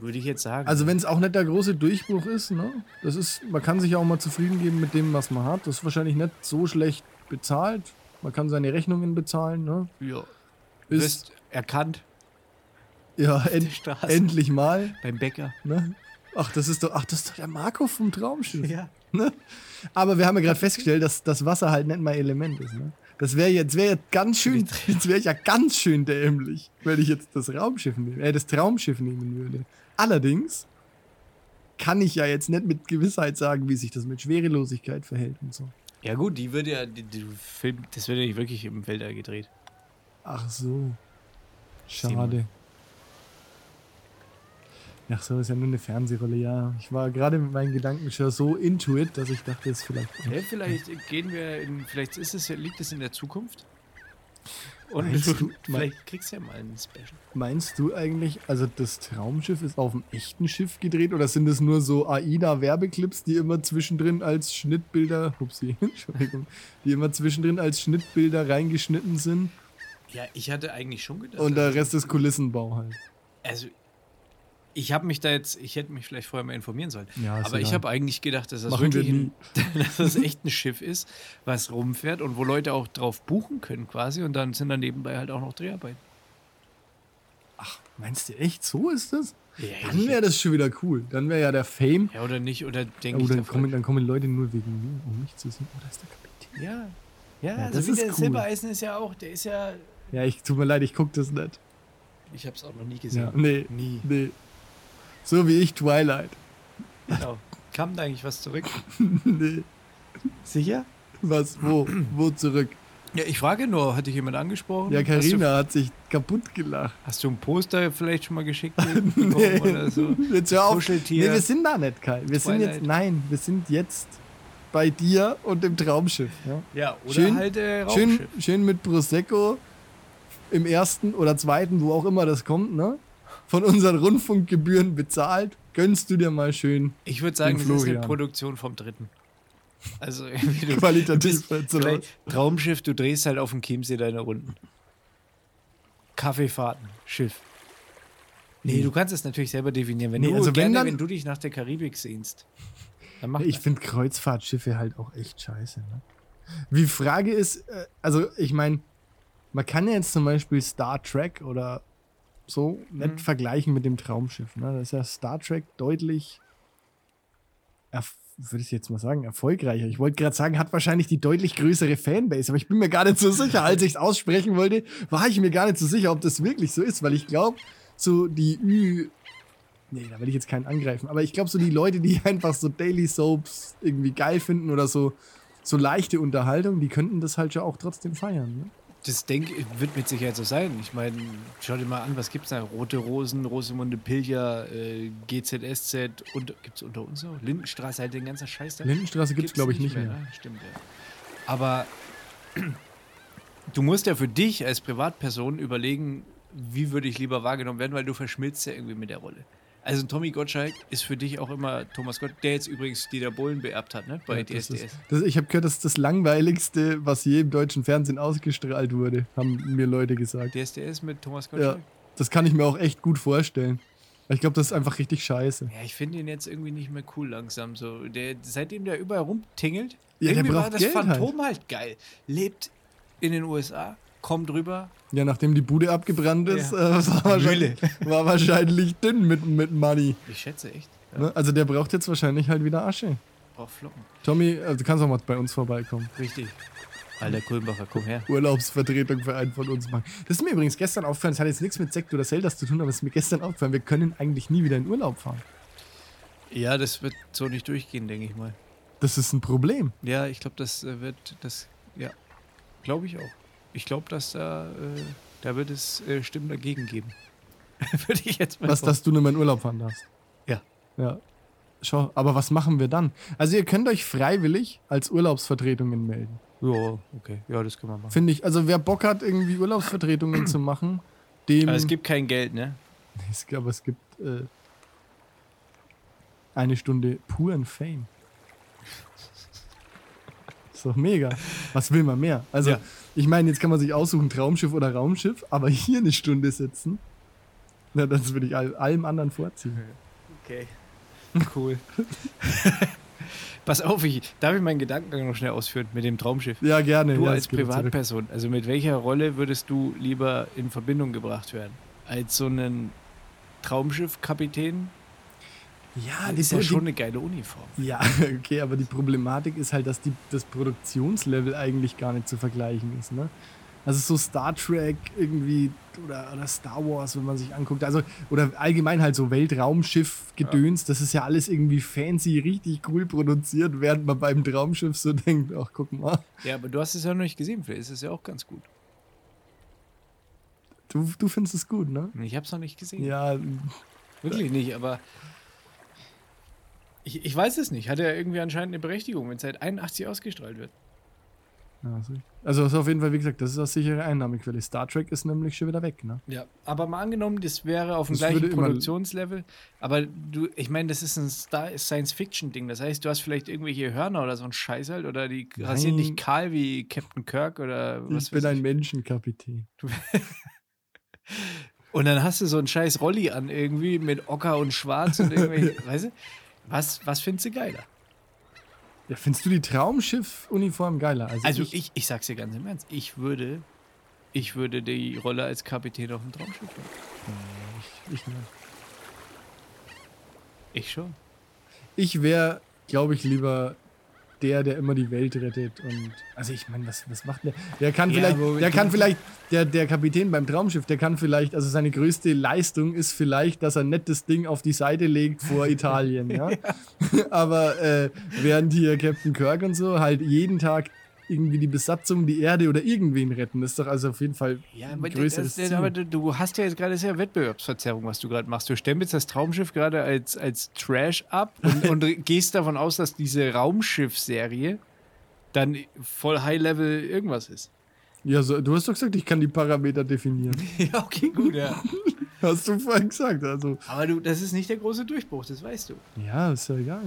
[SPEAKER 1] würde ich jetzt sagen.
[SPEAKER 2] Also wenn es auch nicht der große Durchbruch ist, ne? Das ist, man kann sich ja auch mal zufrieden geben mit dem, was man hat. Das ist wahrscheinlich nicht so schlecht bezahlt. Man kann seine Rechnungen bezahlen, ne?
[SPEAKER 1] ja. Du
[SPEAKER 2] Ist
[SPEAKER 1] bist erkannt
[SPEAKER 2] ja
[SPEAKER 1] der
[SPEAKER 2] end,
[SPEAKER 1] Straße
[SPEAKER 2] endlich mal,
[SPEAKER 1] beim Bäcker.
[SPEAKER 2] ne? Ach, das ist doch, ach, das ist doch der Marco vom Traumschiff.
[SPEAKER 1] Ja.
[SPEAKER 2] Ne? Aber wir haben ja gerade festgestellt, dass das Wasser halt nicht mein Element ist. Ne? Das wäre jetzt wäre jetzt ganz schön, jetzt wäre ich ja ganz schön dämlich, wenn ich jetzt das Raumschiff nehme, äh, das Traumschiff nehmen würde. Allerdings kann ich ja jetzt nicht mit Gewissheit sagen, wie sich das mit Schwerelosigkeit verhält und so.
[SPEAKER 1] Ja gut, die wird ja, die, die Film, das wird ja nicht wirklich im Felder gedreht.
[SPEAKER 2] Ach so. Schade. Ach so, ist ja nur eine Fernsehrolle, ja. Ich war gerade mit meinen Gedanken schon so into it, dass ich dachte, es ist vielleicht.
[SPEAKER 1] Hey, vielleicht gehen wir in, vielleicht ist es ja, liegt es in der Zukunft. Und
[SPEAKER 2] Meinst
[SPEAKER 1] du,
[SPEAKER 2] du, mein-
[SPEAKER 1] vielleicht kriegst du ja mal einen Special.
[SPEAKER 2] Meinst du eigentlich, also das Traumschiff ist auf einem echten Schiff gedreht oder sind es nur so AIDA-Werbeclips, die immer zwischendrin als Schnittbilder, upsie, Entschuldigung, die immer zwischendrin als Schnittbilder reingeschnitten sind
[SPEAKER 1] Ja, ich hatte eigentlich schon gedacht.
[SPEAKER 2] und der
[SPEAKER 1] also-
[SPEAKER 2] Rest ist Kulissenbau halt?
[SPEAKER 1] Also, ich habe mich da jetzt, ich hätte mich vielleicht vorher mal informieren sollen.
[SPEAKER 2] Ja, ist
[SPEAKER 1] aber ich
[SPEAKER 2] egal.
[SPEAKER 1] habe eigentlich gedacht, dass das
[SPEAKER 2] Machen wir
[SPEAKER 1] wirklich ein, dass das echt ein Schiff ist, was rumfährt und wo Leute auch drauf buchen können quasi und dann sind da nebenbei halt auch noch Dreharbeiten.
[SPEAKER 2] Meinst du echt, so ist das?
[SPEAKER 1] Ja,
[SPEAKER 2] Dann wäre das schon wieder cool. Dann wäre ja der Fame.
[SPEAKER 1] ja oder nicht? Oder denke
[SPEAKER 2] Oh,
[SPEAKER 1] ich da
[SPEAKER 2] dann kommen,
[SPEAKER 1] falsch?
[SPEAKER 2] dann kommen Leute nur wegen mir, um mich zu sehen. Oh, da ist der Kapitän.
[SPEAKER 1] Ja. Ja,
[SPEAKER 2] Ja,
[SPEAKER 1] also
[SPEAKER 2] das
[SPEAKER 1] wie
[SPEAKER 2] ist
[SPEAKER 1] der
[SPEAKER 2] cool.
[SPEAKER 1] Silbereisen ist ja auch, der ist ja.
[SPEAKER 2] Ja, ich tut mir leid, ich gucke das nicht.
[SPEAKER 1] Ich habe es auch noch nie
[SPEAKER 2] Ja,
[SPEAKER 1] gesehen.
[SPEAKER 2] nee,
[SPEAKER 1] Nie.
[SPEAKER 2] nee. So wie ich Twilight.
[SPEAKER 1] Genau. Kam da eigentlich was zurück?
[SPEAKER 2] nee.
[SPEAKER 1] Sicher?
[SPEAKER 2] Was, wo, wo zurück?
[SPEAKER 1] Ja, ich frage nur, hat dich jemand angesprochen?
[SPEAKER 2] Ja,
[SPEAKER 1] Oh, Hast du,
[SPEAKER 2] Karina hat sich kaputt gelacht.
[SPEAKER 1] hast du ein Poster vielleicht schon mal geschickt bekommen Oh, oder so?
[SPEAKER 2] Jetzt hör auf. Nee,
[SPEAKER 1] Kuscheltier.
[SPEAKER 2] wir sind da nicht, Kai. Wir sind
[SPEAKER 1] Twilight.
[SPEAKER 2] jetzt, nein, wir sind jetzt bei dir und dem Traumschiff. Ja?
[SPEAKER 1] Ja, oder
[SPEAKER 2] Schön-
[SPEAKER 1] halt äh, Raumschiff.
[SPEAKER 2] Schön, schön mit Prosecco im ersten oder zweiten, wo auch immer das kommt, ne? Von unseren Rundfunkgebühren bezahlt, gönnst du dir mal schön
[SPEAKER 1] Ich würde sagen, das
[SPEAKER 2] Den
[SPEAKER 1] ist eine
[SPEAKER 2] Florian.
[SPEAKER 1] Produktion vom Dritten. Also irgendwie du
[SPEAKER 2] qualitativ. zu
[SPEAKER 1] vielleicht- Traumschiff, du drehst halt auf dem Chiemsee deine Runden. Kaffeefahrten, Schiff. Nee, du kannst es natürlich selber definieren. Wenn,
[SPEAKER 2] Nee,
[SPEAKER 1] du,
[SPEAKER 2] also wenn
[SPEAKER 1] gerne, wenn,
[SPEAKER 2] dann-
[SPEAKER 1] du dich nach der Karibik sehnst, dann mach
[SPEAKER 2] Ich
[SPEAKER 1] ich.
[SPEAKER 2] finde Kreuzfahrtschiffe halt auch echt scheiße. Ne? Wie Frage ist, äh, also ich meine, man kann ja jetzt zum Beispiel Star Trek oder so nicht vergleichen mit dem Traumschiff. Ne? Das ist ja Star Trek deutlich erf würde ich jetzt mal sagen, erfolgreicher. Ich wollte gerade sagen, hat wahrscheinlich die deutlich größere Fanbase, aber ich bin mir gar nicht so sicher, als ich es aussprechen wollte, war ich mir gar nicht so sicher, ob das wirklich so ist, weil ich glaube, so die Ü. Nee, da will ich jetzt keinen angreifen, aber ich glaube, so die Leute, die einfach so Daily Soaps irgendwie geil finden oder so, so leichte Unterhaltung, die könnten das halt schon auch trotzdem feiern. Ne?
[SPEAKER 1] Das denk, wird mit Sicherheit so sein. Ich meine, schau dir mal an, was gibt's da? Rote Rosen, Rosemunde Pilcher, äh, GZSZ und gibt's unter uns noch? Lindenstraße halt den ganzen Scheiß da.
[SPEAKER 2] Lindenstraße gibt's, glaube ich, nicht mehr.
[SPEAKER 1] ne? Stimmt, ja. Aber du musst ja für dich als Privatperson überlegen, wie würde ich lieber wahrgenommen werden, weil du verschmilzt ja irgendwie mit der Rolle. Also ein Tommy Gottschalk ist für dich auch immer Thomas Gott, der jetzt übrigens Dieter Bohlen beerbt hat, ne? Bei
[SPEAKER 2] Ja, das
[SPEAKER 1] DSDS.
[SPEAKER 2] ist, das, ich habe gehört, das ist das langweiligste, was je im deutschen Fernsehen ausgestrahlt wurde, haben mir Leute gesagt.
[SPEAKER 1] DSDS mit Thomas Gottschalk?
[SPEAKER 2] Ja, das kann ich mir auch echt gut vorstellen. Ich glaube, das ist einfach richtig scheiße.
[SPEAKER 1] Ja, ich finde ihn jetzt irgendwie nicht mehr cool langsam. So, der, seitdem der überall rumtingelt,
[SPEAKER 2] Ja, der
[SPEAKER 1] irgendwie war
[SPEAKER 2] braucht
[SPEAKER 1] das
[SPEAKER 2] Geld
[SPEAKER 1] Phantom halt. geil. Lebt in den USA, kommt rüber.
[SPEAKER 2] Ja, nachdem die Bude abgebrannt ist, äh, war,
[SPEAKER 1] Mühle.
[SPEAKER 2] wahrscheinlich, war wahrscheinlich dünn mit, mit Money.
[SPEAKER 1] Ich schätze echt. Ja,
[SPEAKER 2] Ne? Also der braucht jetzt wahrscheinlich halt wieder Asche.
[SPEAKER 1] braucht Flocken.
[SPEAKER 2] Tommy, äh, du kannst auch mal bei uns vorbeikommen.
[SPEAKER 1] Richtig. Alter Kulmbacher, komm her.
[SPEAKER 2] Urlaubsvertretung für einen von uns machen. Das ist mir übrigens gestern aufgefallen, das hat jetzt nichts mit Sekt oder Zeldas zu tun, aber es ist mir gestern aufgefallen, wir können eigentlich nie wieder in Urlaub fahren.
[SPEAKER 1] Ja, das wird so nicht durchgehen, denke ich mal.
[SPEAKER 2] Das ist ein Problem.
[SPEAKER 1] Ja, ich glaube, das äh, wird, das, ja, glaube ich auch. Ich glaube, dass da, äh, da wird es äh, Stimmen dagegen geben. Würde ich jetzt mal
[SPEAKER 2] Was,
[SPEAKER 1] sagen.
[SPEAKER 2] dass du nicht mehr in Urlaub fahren darfst.
[SPEAKER 1] Ja.
[SPEAKER 2] Ja. Schau, aber was machen wir dann? Also ihr könnt euch freiwillig als Urlaubsvertretungen melden.
[SPEAKER 1] Ja, okay. Ja, das können wir machen.
[SPEAKER 2] Finde ich. Also wer Bock hat, irgendwie Urlaubsvertretungen zu machen, dem...
[SPEAKER 1] Aber es gibt kein Geld, ne?
[SPEAKER 2] Es- aber es gibt äh, eine Stunde puren Fame. Ist doch mega. Was will man mehr? Also,
[SPEAKER 1] Ja.
[SPEAKER 2] ich meine, jetzt kann man sich aussuchen, Traumschiff oder Raumschiff, aber hier eine Stunde sitzen, na, das würde ich all, allem anderen vorziehen.
[SPEAKER 1] Okay. Cool. Pass auf, ich, darf ich meinen Gedankengang noch schnell ausführen mit dem Traumschiff?
[SPEAKER 2] Ja, gerne.
[SPEAKER 1] Du
[SPEAKER 2] ja,
[SPEAKER 1] als
[SPEAKER 2] es geht zurück.
[SPEAKER 1] Privatperson, also mit welcher Rolle würdest du lieber in Verbindung gebracht werden? Als so einen Traumschiff-Kapitän?
[SPEAKER 2] Ja,
[SPEAKER 1] Ah, Das
[SPEAKER 2] die,
[SPEAKER 1] ist ja
[SPEAKER 2] die,
[SPEAKER 1] schon eine geile Uniform.
[SPEAKER 2] Ja, okay, aber die Problematik ist halt, dass die, das Produktionslevel eigentlich gar nicht zu vergleichen ist. Ne? Also so Star Trek irgendwie oder, oder Star Wars, wenn man sich anguckt. Also, oder allgemein halt so Weltraumschiff-Gedöns, das ist ja alles irgendwie fancy, richtig cool produziert, während man beim Traumschiff so denkt, ach guck mal,
[SPEAKER 1] Ja, aber du hast es ja noch nicht gesehen, vielleicht ist es ja auch ganz gut.
[SPEAKER 2] du, du findest es gut, ne?
[SPEAKER 1] Ich habe es noch nicht gesehen.
[SPEAKER 2] Ja,
[SPEAKER 1] Wirklich nicht, aber ich, ich weiß es nicht. Hat ja irgendwie anscheinend eine Berechtigung, wenn es seit 81 ausgestrahlt wird.
[SPEAKER 2] ja, so- also das ist auf jeden Fall, wie gesagt, das ist eine sichere Einnahmequelle. Star Trek ist nämlich schon wieder weg, ne?
[SPEAKER 1] Ja, aber mal angenommen, das wäre auf dem
[SPEAKER 2] Das
[SPEAKER 1] gleichen
[SPEAKER 2] würde immer-
[SPEAKER 1] Produktionslevel. Aber du, ich meine, das ist ein Star- Science-Fiction-Ding. Das heißt, du hast vielleicht irgendwelche Hörner oder so ein Scheiß halt oder die rasieren dich
[SPEAKER 2] Nein.
[SPEAKER 1] kahl wie Captain Kirk oder was
[SPEAKER 2] ich bin
[SPEAKER 1] weiß
[SPEAKER 2] ein
[SPEAKER 1] ich.
[SPEAKER 2] Menschenkapitän.
[SPEAKER 1] Und dann hast du so einen Scheiß Rolli an irgendwie mit Ocker und Schwarz und irgendwelche, weißt du? Was, was findest du geiler?
[SPEAKER 2] Ja, findest du die Traumschiff-Uniform geiler? Also,
[SPEAKER 1] Also ich, ich sag's dir ganz im Ernst, ich würde, ich würde die Rolle als Kapitän auf dem Traumschiff nehmen.
[SPEAKER 2] ich nicht.
[SPEAKER 1] Ich schon.
[SPEAKER 2] Ich wäre, glaube ich, lieber der, der immer die Welt rettet. Und also ich meine, was, was macht der? Der kann
[SPEAKER 1] Ja, aber-
[SPEAKER 2] vielleicht, der kann vielleicht, der, der Kapitän beim Traumschiff, der kann vielleicht, also seine größte Leistung ist vielleicht, dass er nett das Ding auf die Seite legt vor Italien, ja. Aber äh, während hier Captain Kirk und so halt jeden Tag irgendwie die Besatzung, die Erde oder irgendwen retten, das ist doch also auf jeden Fall
[SPEAKER 1] Ja,
[SPEAKER 2] ein
[SPEAKER 1] aber,
[SPEAKER 2] größeres
[SPEAKER 1] das, das,
[SPEAKER 2] Ziel.
[SPEAKER 1] aber du, du hast ja jetzt gerade sehr Wettbewerbsverzerrung, was du gerade machst. Du stempelst das Traumschiff gerade als, als Trash ab und, und gehst davon aus, dass diese Raumschiff-Serie dann voll High-Level irgendwas ist.
[SPEAKER 2] ja, so, du hast doch gesagt, ich kann die Parameter definieren.
[SPEAKER 1] Ja, okay, gut, ja.
[SPEAKER 2] Hast du vorhin gesagt, also.
[SPEAKER 1] Aber du, das ist nicht der große Durchbruch, das weißt du.
[SPEAKER 2] Ja, ist ja egal.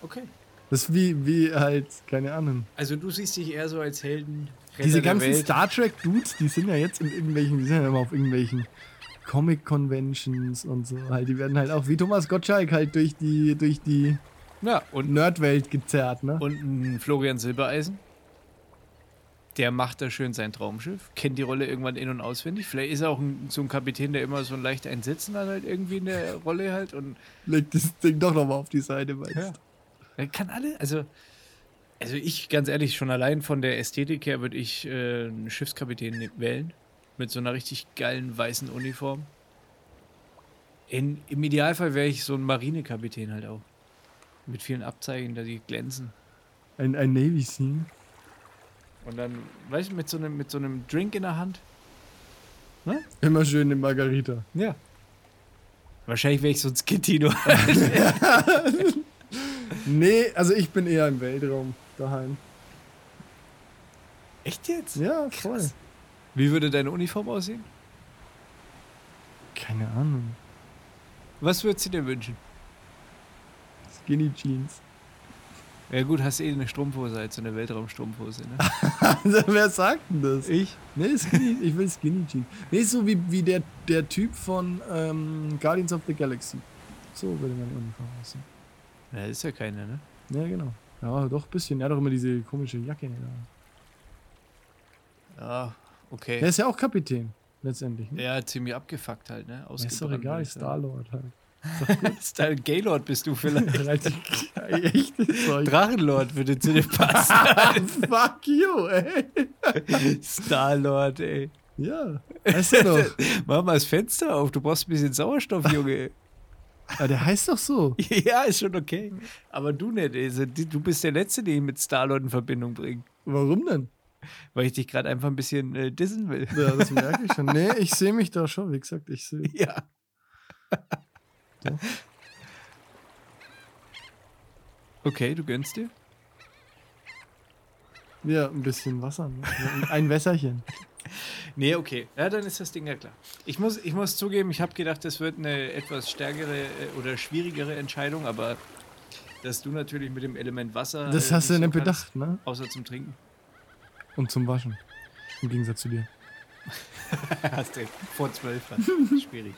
[SPEAKER 1] Okay.
[SPEAKER 2] Das ist wie, wie halt, keine Ahnung.
[SPEAKER 1] Also du siehst dich eher so als Helden. Retter
[SPEAKER 2] Diese
[SPEAKER 1] der
[SPEAKER 2] ganzen
[SPEAKER 1] Welt.
[SPEAKER 2] Star Trek-Dudes, die sind ja jetzt in irgendwelchen, die sind ja immer auf irgendwelchen Comic-Conventions und so. Halt, die werden halt auch wie Thomas Gottschalk halt durch die, durch die
[SPEAKER 1] Ja, und,
[SPEAKER 2] Nerdwelt gezerrt, ne?
[SPEAKER 1] und ein Florian Silbereisen. Der macht da schön sein Traumschiff, kennt die Rolle irgendwann in- und auswendig. Vielleicht ist er auch ein, so ein Kapitän, der immer so ein leicht ein Sitzen hat, halt irgendwie in der Rolle halt. Und
[SPEAKER 2] Legt das Ding doch nochmal auf die Seite, meinst
[SPEAKER 1] Ja.
[SPEAKER 2] ja.
[SPEAKER 1] Er kann alle, also, also ich, ganz ehrlich, schon allein von der Ästhetik her würde ich äh, einen Schiffskapitän ne- wählen. Mit so einer richtig geilen weißen Uniform. In, Im Idealfall wäre ich so ein Marinekapitän halt auch. Mit vielen Abzeichen, da die glänzen.
[SPEAKER 2] Ein, ein Navy Seal.
[SPEAKER 1] Und dann, weißt du, mit so einem, mit so einem Drink in der Hand.
[SPEAKER 2] Immer schön eine Margarita.
[SPEAKER 1] Ja. Wahrscheinlich wäre ich so ein Skittino.
[SPEAKER 2] Nee, also ich bin eher im Weltraum daheim.
[SPEAKER 1] Echt jetzt?
[SPEAKER 2] Ja, voll.
[SPEAKER 1] Wie würde deine Uniform aussehen?
[SPEAKER 2] Keine Ahnung.
[SPEAKER 1] Was würdest du dir wünschen?
[SPEAKER 2] Skinny Jeans.
[SPEAKER 1] Ja gut, hast eh eine Strumpfhose als so eine Weltraumstrumpfhose, ne?
[SPEAKER 2] Also, wer sagt denn das?
[SPEAKER 1] Ich?
[SPEAKER 2] Nee, Skinny, ich will Skinny Jeans. Nee, so wie, wie der, der Typ von ähm, Guardians of the Galaxy. So würde meine Uniform aussehen.
[SPEAKER 1] Na, ist ja keine, ne?
[SPEAKER 2] Ja, genau. Ja, doch ein bisschen. Er hat doch immer diese komische Jacke. Da. Ah,
[SPEAKER 1] Ja, okay.
[SPEAKER 2] Er ist ja auch Kapitän, letztendlich. Ne?
[SPEAKER 1] Ja, ziemlich abgefuckt halt, ne?
[SPEAKER 2] Ja, ist doch egal, Star-Lord halt.
[SPEAKER 1] Star Gaylord bist du vielleicht.
[SPEAKER 2] Relativ- Echt? Sorry.
[SPEAKER 1] Drachenlord würde zu dir passen.
[SPEAKER 2] Fuck you, ey.
[SPEAKER 1] Starlord, ey.
[SPEAKER 2] Ja, heißt er doch.
[SPEAKER 1] Mach mal das Fenster auf, du brauchst ein bisschen Sauerstoff, Junge.
[SPEAKER 2] Ah, der heißt doch so.
[SPEAKER 1] ja, ist schon okay. Aber du nicht, ey. So, die- Du bist der Letzte, den ich mit Starlord in Verbindung bringe.
[SPEAKER 2] Warum denn?
[SPEAKER 1] Weil ich dich gerade einfach ein bisschen äh, dissen will.
[SPEAKER 2] Ja, das merke ich schon. Nee, ich sehe mich da schon. Wie gesagt, ich sehe.
[SPEAKER 1] Ja. Okay, du gönnst dir?
[SPEAKER 2] Ja, ein bisschen Wasser. Ne? Ein Wässerchen.
[SPEAKER 1] Nee, okay. Ja, dann ist das Ding ja klar. Ich muss, ich muss zugeben, ich habe gedacht, das wird eine etwas stärkere äh, oder schwierigere Entscheidung, aber dass du natürlich mit dem Element Wasser.
[SPEAKER 2] Das
[SPEAKER 1] äh,
[SPEAKER 2] hast du ja
[SPEAKER 1] so
[SPEAKER 2] nicht
[SPEAKER 1] kannst,
[SPEAKER 2] bedacht, ne?
[SPEAKER 1] Außer zum Trinken.
[SPEAKER 2] Und zum Waschen. Im Gegensatz zu dir.
[SPEAKER 1] Hast du vor zwölf war. Schwierig.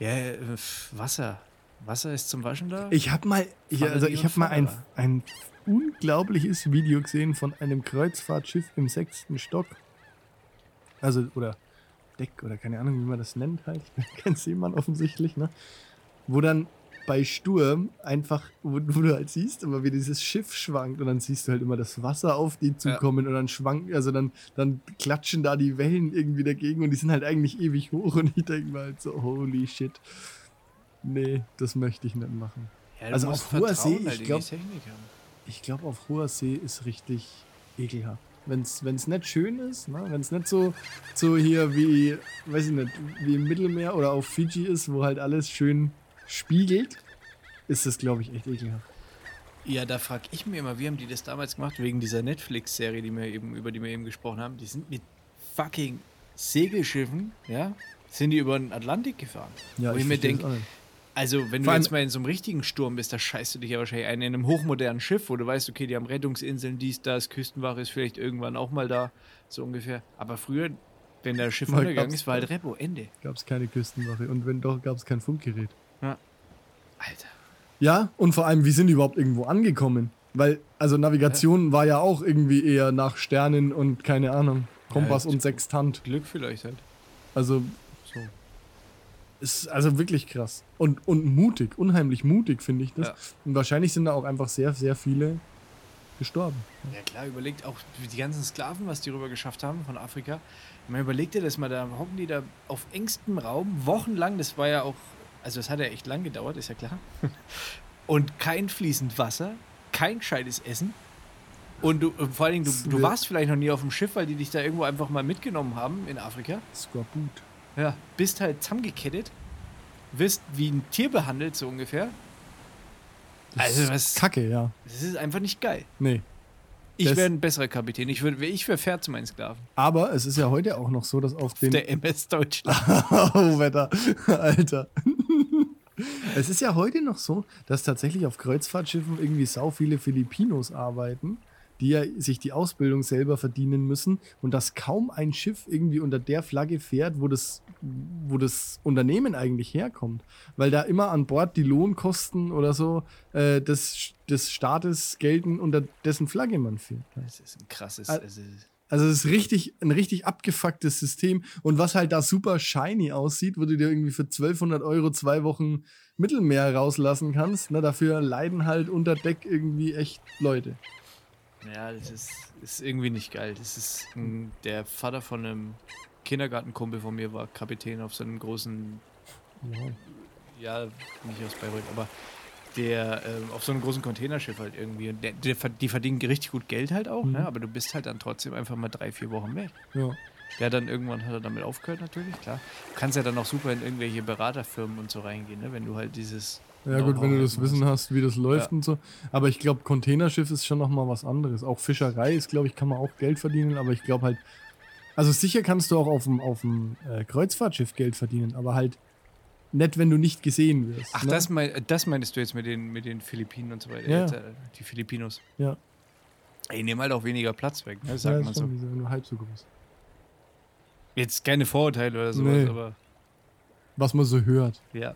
[SPEAKER 1] Ja, äh, pf, Wasser. Wasser ist zum Waschen da?
[SPEAKER 2] Ich habe mal, ich, also
[SPEAKER 1] Fantasie
[SPEAKER 2] ich
[SPEAKER 1] und
[SPEAKER 2] habe mal ein,
[SPEAKER 1] Feuer.
[SPEAKER 2] ein unglaubliches Video gesehen von einem Kreuzfahrtschiff im sechsten Stock. Also, oder Deck, oder keine Ahnung, wie man das nennt halt. Kennt jemand offensichtlich, ne? Wo dann bei Sturm einfach, wo, wo du halt siehst, immer wie dieses Schiff schwankt und dann siehst du halt immer das Wasser auf die zukommen und dann schwankt, also dann, dann klatschen da die Wellen irgendwie dagegen und die sind halt eigentlich ewig hoch und ich denke mal halt so, holy shit. Nee, das möchte ich nicht machen.
[SPEAKER 1] Ja, du
[SPEAKER 2] also
[SPEAKER 1] musst
[SPEAKER 2] auf hoher
[SPEAKER 1] Vertrauen
[SPEAKER 2] See, ich
[SPEAKER 1] halt in die
[SPEAKER 2] glaub-
[SPEAKER 1] Technik haben.
[SPEAKER 2] Ich glaube, auf hoher See ist richtig ekelhaft. Wenn es nicht schön ist, ne? wenn es nicht so, so hier wie, weiß ich nicht, wie im Mittelmeer oder auf Fiji ist, wo halt alles schön spiegelt, ist das, glaube ich, echt ekelhaft.
[SPEAKER 1] Ja, da frage ich mir immer, wie haben die das damals gemacht, wegen dieser Netflix-Serie, die wir eben, über die wir eben gesprochen haben. Die sind mit fucking Segelschiffen, ja, sind die über den Atlantik gefahren. Wo ich mir
[SPEAKER 2] versteh das
[SPEAKER 1] denk-
[SPEAKER 2] auch nicht.
[SPEAKER 1] Also, wenn
[SPEAKER 2] Vor
[SPEAKER 1] du jetzt
[SPEAKER 2] allem-
[SPEAKER 1] mal in so einem richtigen Sturm bist, da scheißt du dich ja wahrscheinlich ein in einem hochmodernen Schiff, wo du weißt, okay, die haben Rettungsinseln, dies, das, Küstenwache ist vielleicht irgendwann auch mal da, so ungefähr. Aber früher, wenn das Schiff
[SPEAKER 2] Mal
[SPEAKER 1] untergegangen
[SPEAKER 2] gab's-
[SPEAKER 1] ist, war halt Repo, Ende.
[SPEAKER 2] Gab's keine Küstenwache und wenn doch, gab's kein Funkgerät.
[SPEAKER 1] Alter.
[SPEAKER 2] Ja, und vor allem, wie sind die überhaupt irgendwo angekommen? Weil, also Navigation war ja auch irgendwie eher nach Sternen und keine Ahnung, Kompass
[SPEAKER 1] Ja,
[SPEAKER 2] und Sextant.
[SPEAKER 1] Glück vielleicht halt.
[SPEAKER 2] Also
[SPEAKER 1] So.
[SPEAKER 2] Ist also wirklich krass. Und, und mutig, unheimlich mutig finde ich das.
[SPEAKER 1] Ja.
[SPEAKER 2] Und wahrscheinlich sind da auch einfach sehr, sehr viele gestorben.
[SPEAKER 1] Ja klar, überlegt auch die ganzen Sklaven, was die rüber geschafft haben von Afrika. Man überlegt dir das mal, da hocken die da auf engstem Raum, wochenlang, das war ja auch, also das hat ja echt lang gedauert, ist ja klar. Und kein fließend Wasser, kein gescheites Essen. Und du, und vor allen Dingen, du, du warst vielleicht noch nie auf dem Schiff, weil die dich da irgendwo einfach mal mitgenommen haben in Afrika.
[SPEAKER 2] Skorbut.
[SPEAKER 1] Ja, bist halt zusammengekettet, wirst wie ein Tier behandelt, so ungefähr. Also, was-
[SPEAKER 2] Kacke, ja.
[SPEAKER 1] Das ist einfach nicht geil.
[SPEAKER 2] Nee.
[SPEAKER 1] Ich
[SPEAKER 2] Das-
[SPEAKER 1] wäre ein besserer Kapitän. Ich würde ich wär fair zu meinen Sklaven.
[SPEAKER 2] Aber es ist ja heute auch noch so, dass auf den.
[SPEAKER 1] Der MS Deutschland.
[SPEAKER 2] oh, Wetter. Alter. es ist ja heute noch so, dass tatsächlich auf Kreuzfahrtschiffen irgendwie sau viele Filipinos arbeiten, die ja sich die Ausbildung selber verdienen müssen und dass kaum ein Schiff irgendwie unter der Flagge fährt, wo das, wo das Unternehmen eigentlich herkommt. Weil da immer an Bord die Lohnkosten oder so äh, des, des Staates gelten, unter dessen Flagge man fährt.
[SPEAKER 1] Das ist ein krasses.
[SPEAKER 2] Ah.
[SPEAKER 1] also-
[SPEAKER 2] Also es ist richtig, ein richtig abgefucktes System. Und was halt da super shiny aussieht, wo du dir irgendwie für 1200 Euro zwei Wochen Mittelmeer rauslassen kannst, ne, dafür leiden halt unter Deck irgendwie echt Leute.
[SPEAKER 1] Ja, das ist, ist irgendwie nicht geil. Das ist ein, der Vater von einem Kindergartenkumpel von mir war Kapitän auf so einem großen, ja, nicht aus Bayreuth, aber der ähm, auf so einem großen Containerschiff halt irgendwie. Und der, der, verd- die verdienen richtig gut Geld halt auch,
[SPEAKER 2] Mhm.
[SPEAKER 1] ne? aber du bist halt dann trotzdem einfach mal drei, vier Wochen weg.
[SPEAKER 2] Ja.
[SPEAKER 1] Ja, dann irgendwann hat er damit aufgehört natürlich, klar. Du kannst ja dann auch super in irgendwelche Beraterfirmen und so reingehen, ne? wenn du halt dieses...
[SPEAKER 2] Ja gut, wenn du das
[SPEAKER 1] Know-how
[SPEAKER 2] Wissen
[SPEAKER 1] hast.
[SPEAKER 2] hast, wie das läuft
[SPEAKER 1] Ja.
[SPEAKER 2] und so. Aber ich glaube, Containerschiff ist schon nochmal was anderes. Auch Fischerei ist, glaube ich, kann man auch Geld verdienen, aber ich glaube halt, also sicher kannst du auch auf dem, auf dem äh, Kreuzfahrtschiff Geld verdienen, aber halt nett, wenn du nicht gesehen wirst.
[SPEAKER 1] Ach,
[SPEAKER 2] ne?
[SPEAKER 1] das, mein, das meinst du jetzt mit den, mit den Philippinen und so weiter,
[SPEAKER 2] Ja.
[SPEAKER 1] jetzt, äh, die Filipinos.
[SPEAKER 2] Ja.
[SPEAKER 1] Ey, nehmen halt auch weniger Platz weg, ne?
[SPEAKER 2] ja,
[SPEAKER 1] sagt
[SPEAKER 2] ist
[SPEAKER 1] man
[SPEAKER 2] schon
[SPEAKER 1] so.
[SPEAKER 2] diese- nur halb so groß.
[SPEAKER 1] Jetzt keine Vorurteile oder sowas,
[SPEAKER 2] Nee.
[SPEAKER 1] aber
[SPEAKER 2] Was man so hört.
[SPEAKER 1] ja.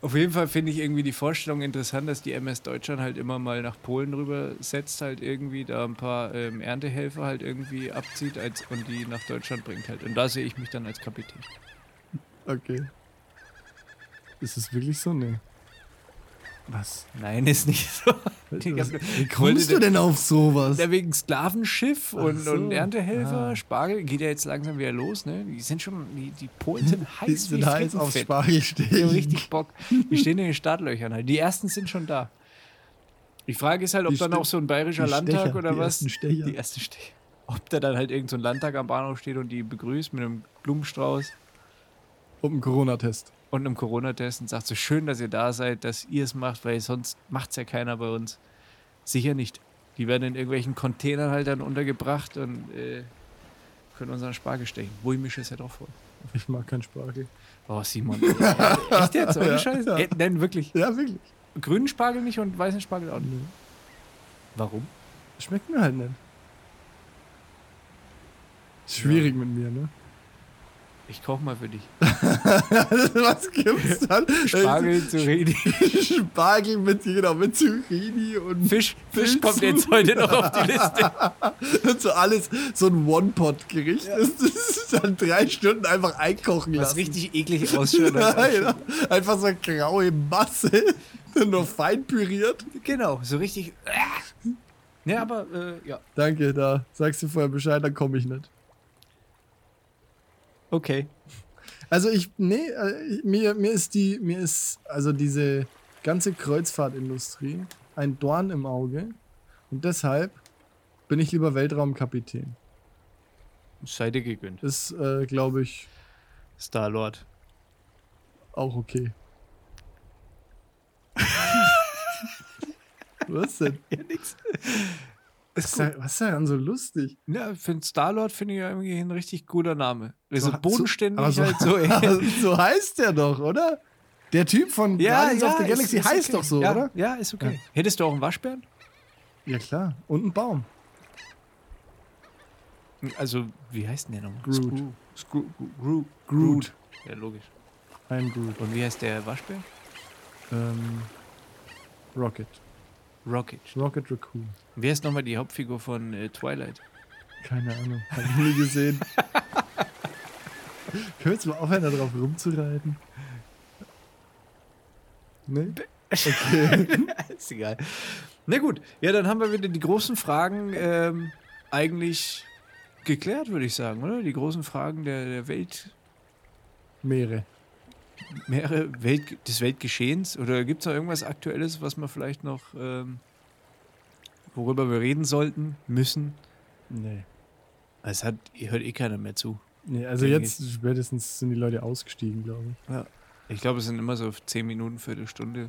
[SPEAKER 1] Auf jeden Fall finde ich irgendwie die Vorstellung interessant, dass die MS Deutschland halt immer mal nach Polen rübersetzt, halt irgendwie da ein paar ähm, Erntehelfer halt irgendwie abzieht als, und die nach Deutschland bringt halt. Und da sehe ich mich dann als Kapitän.
[SPEAKER 2] Okay. Ist es wirklich so? Nee. Was?
[SPEAKER 1] Nein, ist nicht so.
[SPEAKER 2] Was- Wie
[SPEAKER 1] wollte
[SPEAKER 2] kommst du denn auf sowas?
[SPEAKER 1] Ja, wegen Sklavenschiff
[SPEAKER 2] Ach
[SPEAKER 1] und,
[SPEAKER 2] so.
[SPEAKER 1] und Erntehelfer,
[SPEAKER 2] Ah.
[SPEAKER 1] Spargel, geht ja jetzt langsam wieder los, ne? Die sind schon, die, die Polen sind heiß
[SPEAKER 2] Die sind
[SPEAKER 1] wie
[SPEAKER 2] heiß auf
[SPEAKER 1] Frittenfett.
[SPEAKER 2] Spargel
[SPEAKER 1] Die haben
[SPEAKER 2] stehen.
[SPEAKER 1] richtig Bock. Die stehen in den Startlöchern halt. Die ersten sind schon da. Die Frage ist halt, ob
[SPEAKER 2] Die
[SPEAKER 1] dann
[SPEAKER 2] Ste-
[SPEAKER 1] auch so ein bayerischer
[SPEAKER 2] die
[SPEAKER 1] Landtag
[SPEAKER 2] Stecher,
[SPEAKER 1] oder
[SPEAKER 2] die
[SPEAKER 1] was.
[SPEAKER 2] ersten Stecher.
[SPEAKER 1] Die ersten Stecher. Ob da dann halt irgend so ein Landtag am Bahnhof steht und die begrüßt mit einem Blumenstrauß
[SPEAKER 2] Und einen Corona-Test.
[SPEAKER 1] und einem Corona-Test und sagt so schön, dass ihr da seid, dass ihr es macht, weil sonst macht's ja keiner bei uns. Sicher nicht. Die werden in irgendwelchen Containern halt dann untergebracht und äh, können unseren Spargel stechen. Wohlmisch ist ja doch voll.
[SPEAKER 2] Ich mag keinen Spargel.
[SPEAKER 1] Oh, Simon. Echt jetzt? Ohne
[SPEAKER 2] Ja,
[SPEAKER 1] Scheiße?
[SPEAKER 2] ja.
[SPEAKER 1] Äh, nein, wirklich.
[SPEAKER 2] Ja, wirklich.
[SPEAKER 1] Grünen Spargel nicht und weißen Spargel auch nicht. Warum?
[SPEAKER 2] Schmeckt mir halt nicht. Ist Schwierig mit mir, ne?
[SPEAKER 1] Ich koche mal für dich.
[SPEAKER 2] Äh, Was gibt's dann?
[SPEAKER 1] Spargel, Zucchini.
[SPEAKER 2] Spargel mit, genau, mit Zucchini und
[SPEAKER 1] Fisch, Fisch
[SPEAKER 2] Pilzen.
[SPEAKER 1] kommt jetzt heute noch auf die Liste.
[SPEAKER 2] so alles. So ein One-Pot-Gericht. Das ist dann drei Stunden einfach einkochen
[SPEAKER 1] Was
[SPEAKER 2] lassen.
[SPEAKER 1] richtig eklig ausschaut.
[SPEAKER 2] ja, genau. Einfach so eine graue Masse. Nur fein püriert.
[SPEAKER 1] Genau, so richtig. äh. Ja, aber äh, ja.
[SPEAKER 2] Danke, da sagst du vorher Bescheid, dann komme ich nicht.
[SPEAKER 1] Okay.
[SPEAKER 2] Also ich, nee, äh, mir, mir ist die, mir ist also diese ganze Kreuzfahrtindustrie ein Dorn im Auge und deshalb bin ich lieber Weltraumkapitän.
[SPEAKER 1] Sei dir gegönnt.
[SPEAKER 2] Ist, äh, glaube ich,
[SPEAKER 1] Star-Lord.
[SPEAKER 2] auch okay. was denn?
[SPEAKER 1] Ja, nix.
[SPEAKER 2] Was ist, da, was ist daran so lustig?
[SPEAKER 1] Ja, für einen Star-Lord finde ich ja irgendwie ein richtig guter Name. Also
[SPEAKER 2] So- so-
[SPEAKER 1] bodenständig
[SPEAKER 2] aber
[SPEAKER 1] halt so.
[SPEAKER 2] aber so heißt der doch, oder? Der Typ von Guardians of the
[SPEAKER 1] ist-
[SPEAKER 2] Galaxy
[SPEAKER 1] ist
[SPEAKER 2] heißt
[SPEAKER 1] okay.
[SPEAKER 2] doch so,
[SPEAKER 1] ja,
[SPEAKER 2] oder?
[SPEAKER 1] Ja, ist okay. Hättest du auch einen Waschbären?
[SPEAKER 2] Ja klar. Und ein Baum.
[SPEAKER 1] Also, wie heißt denn der nochmal?
[SPEAKER 2] Groot.
[SPEAKER 1] Screw. Groot.
[SPEAKER 2] Groot.
[SPEAKER 1] Ja, logisch.
[SPEAKER 2] Ein Groot.
[SPEAKER 1] Und wie heißt der Waschbär?
[SPEAKER 2] Ähm, Rocket.
[SPEAKER 1] Rocket.
[SPEAKER 2] Rocket Raccoon.
[SPEAKER 1] Wer ist nochmal die Hauptfigur von äh, Twilight?
[SPEAKER 2] Keine Ahnung. Hab ich nie gesehen. Können wir jetzt mal aufhören, da drauf rumzureiten? Nee?
[SPEAKER 1] ist egal. Na gut, ja, dann haben wir wieder die großen Fragen ähm, eigentlich geklärt, würde ich sagen, oder? Die großen Fragen der, der Welt,
[SPEAKER 2] Meere.
[SPEAKER 1] mehrere Welt, des Weltgeschehens. Oder gibt es noch irgendwas Aktuelles, was wir vielleicht noch, ähm, worüber wir reden sollten, müssen?
[SPEAKER 2] Nee.
[SPEAKER 1] Es hat, ihr hört eh keiner mehr zu.
[SPEAKER 2] Nee, also
[SPEAKER 1] Denk
[SPEAKER 2] jetzt spätestens sind die Leute ausgestiegen, glaube ich.
[SPEAKER 1] Ich glaube, es sind immer so 10 Minuten, Viertelstunde.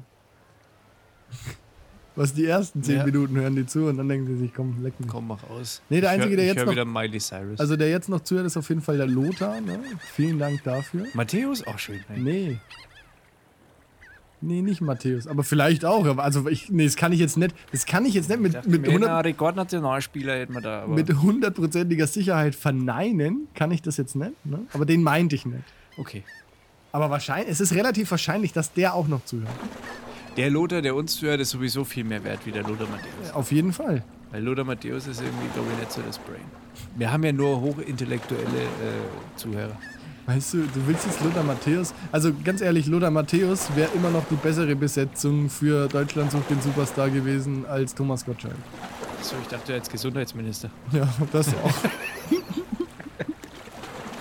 [SPEAKER 2] Was die ersten zehn
[SPEAKER 1] Ja.
[SPEAKER 2] Minuten hören die zu und dann denken sie sich, komm, leck mich.
[SPEAKER 1] Komm, mach aus.
[SPEAKER 2] Nee, der
[SPEAKER 1] Ich hör-
[SPEAKER 2] Einzige, der
[SPEAKER 1] ich
[SPEAKER 2] jetzt
[SPEAKER 1] hör
[SPEAKER 2] noch-
[SPEAKER 1] wieder Miley Cyrus.
[SPEAKER 2] Also der jetzt noch zuhört, ist auf jeden Fall der Lothar. Ne? Vielen Dank dafür.
[SPEAKER 1] Matthäus? Auch schön. ey.
[SPEAKER 2] Nee. Nee, nicht Matthäus, aber vielleicht auch. aber Also ich, nee, das kann ich jetzt nicht, das kann ich jetzt nicht
[SPEAKER 1] Ich
[SPEAKER 2] mit,
[SPEAKER 1] dachte
[SPEAKER 2] mit,
[SPEAKER 1] mir,
[SPEAKER 2] 100,
[SPEAKER 1] na, Rekordnationalspieler hätten wir da. Aber
[SPEAKER 2] mit hundertprozentiger Sicherheit verneinen, kann ich das jetzt nicht. Ne? Aber den meinte ich nicht.
[SPEAKER 1] okay.
[SPEAKER 2] Aber wahrscheinlich, es ist relativ wahrscheinlich, dass der auch noch zuhört.
[SPEAKER 1] Der Lothar, der uns zuhört, ist sowieso viel mehr wert wie der Lothar Matthäus.
[SPEAKER 2] Auf jeden Fall.
[SPEAKER 1] Weil Lothar Matthäus ist irgendwie, glaube ich, nicht so das Brain. Wir haben ja nur hochintellektuelle äh, Zuhörer.
[SPEAKER 2] Weißt du, du willst jetzt Lothar Matthäus. Also ganz ehrlich, Lothar Matthäus wäre immer noch die bessere Besetzung für Deutschland sucht den Superstar gewesen als Thomas Gottschalk.
[SPEAKER 1] Achso, ich dachte, als Gesundheitsminister.
[SPEAKER 2] Ja, das auch.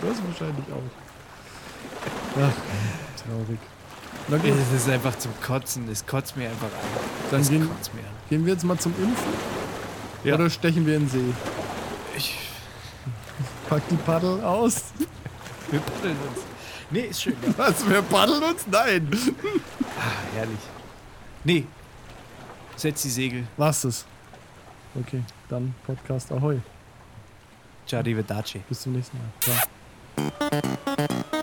[SPEAKER 2] das wahrscheinlich auch. Ach, traurig. Na gut,
[SPEAKER 1] Es ist einfach zum Kotzen. Es kotzt mir einfach an.
[SPEAKER 2] dann
[SPEAKER 1] Es
[SPEAKER 2] gehen,
[SPEAKER 1] kotzt mir an.
[SPEAKER 2] gehen wir jetzt mal zum Impfen.
[SPEAKER 1] Ja.
[SPEAKER 2] Oder stechen wir in den See?
[SPEAKER 1] Ich,
[SPEAKER 2] Pack die Paddel aus.
[SPEAKER 1] wir paddeln uns. Nee, ist schön. Ja.
[SPEAKER 2] Was, wir paddeln uns? Nein.
[SPEAKER 1] Ah, herrlich. Nee. Setz die Segel.
[SPEAKER 2] Was das? Okay, dann Podcast Ahoi.
[SPEAKER 1] Ciao, Dace.
[SPEAKER 2] Bis zum nächsten Mal. Ciao.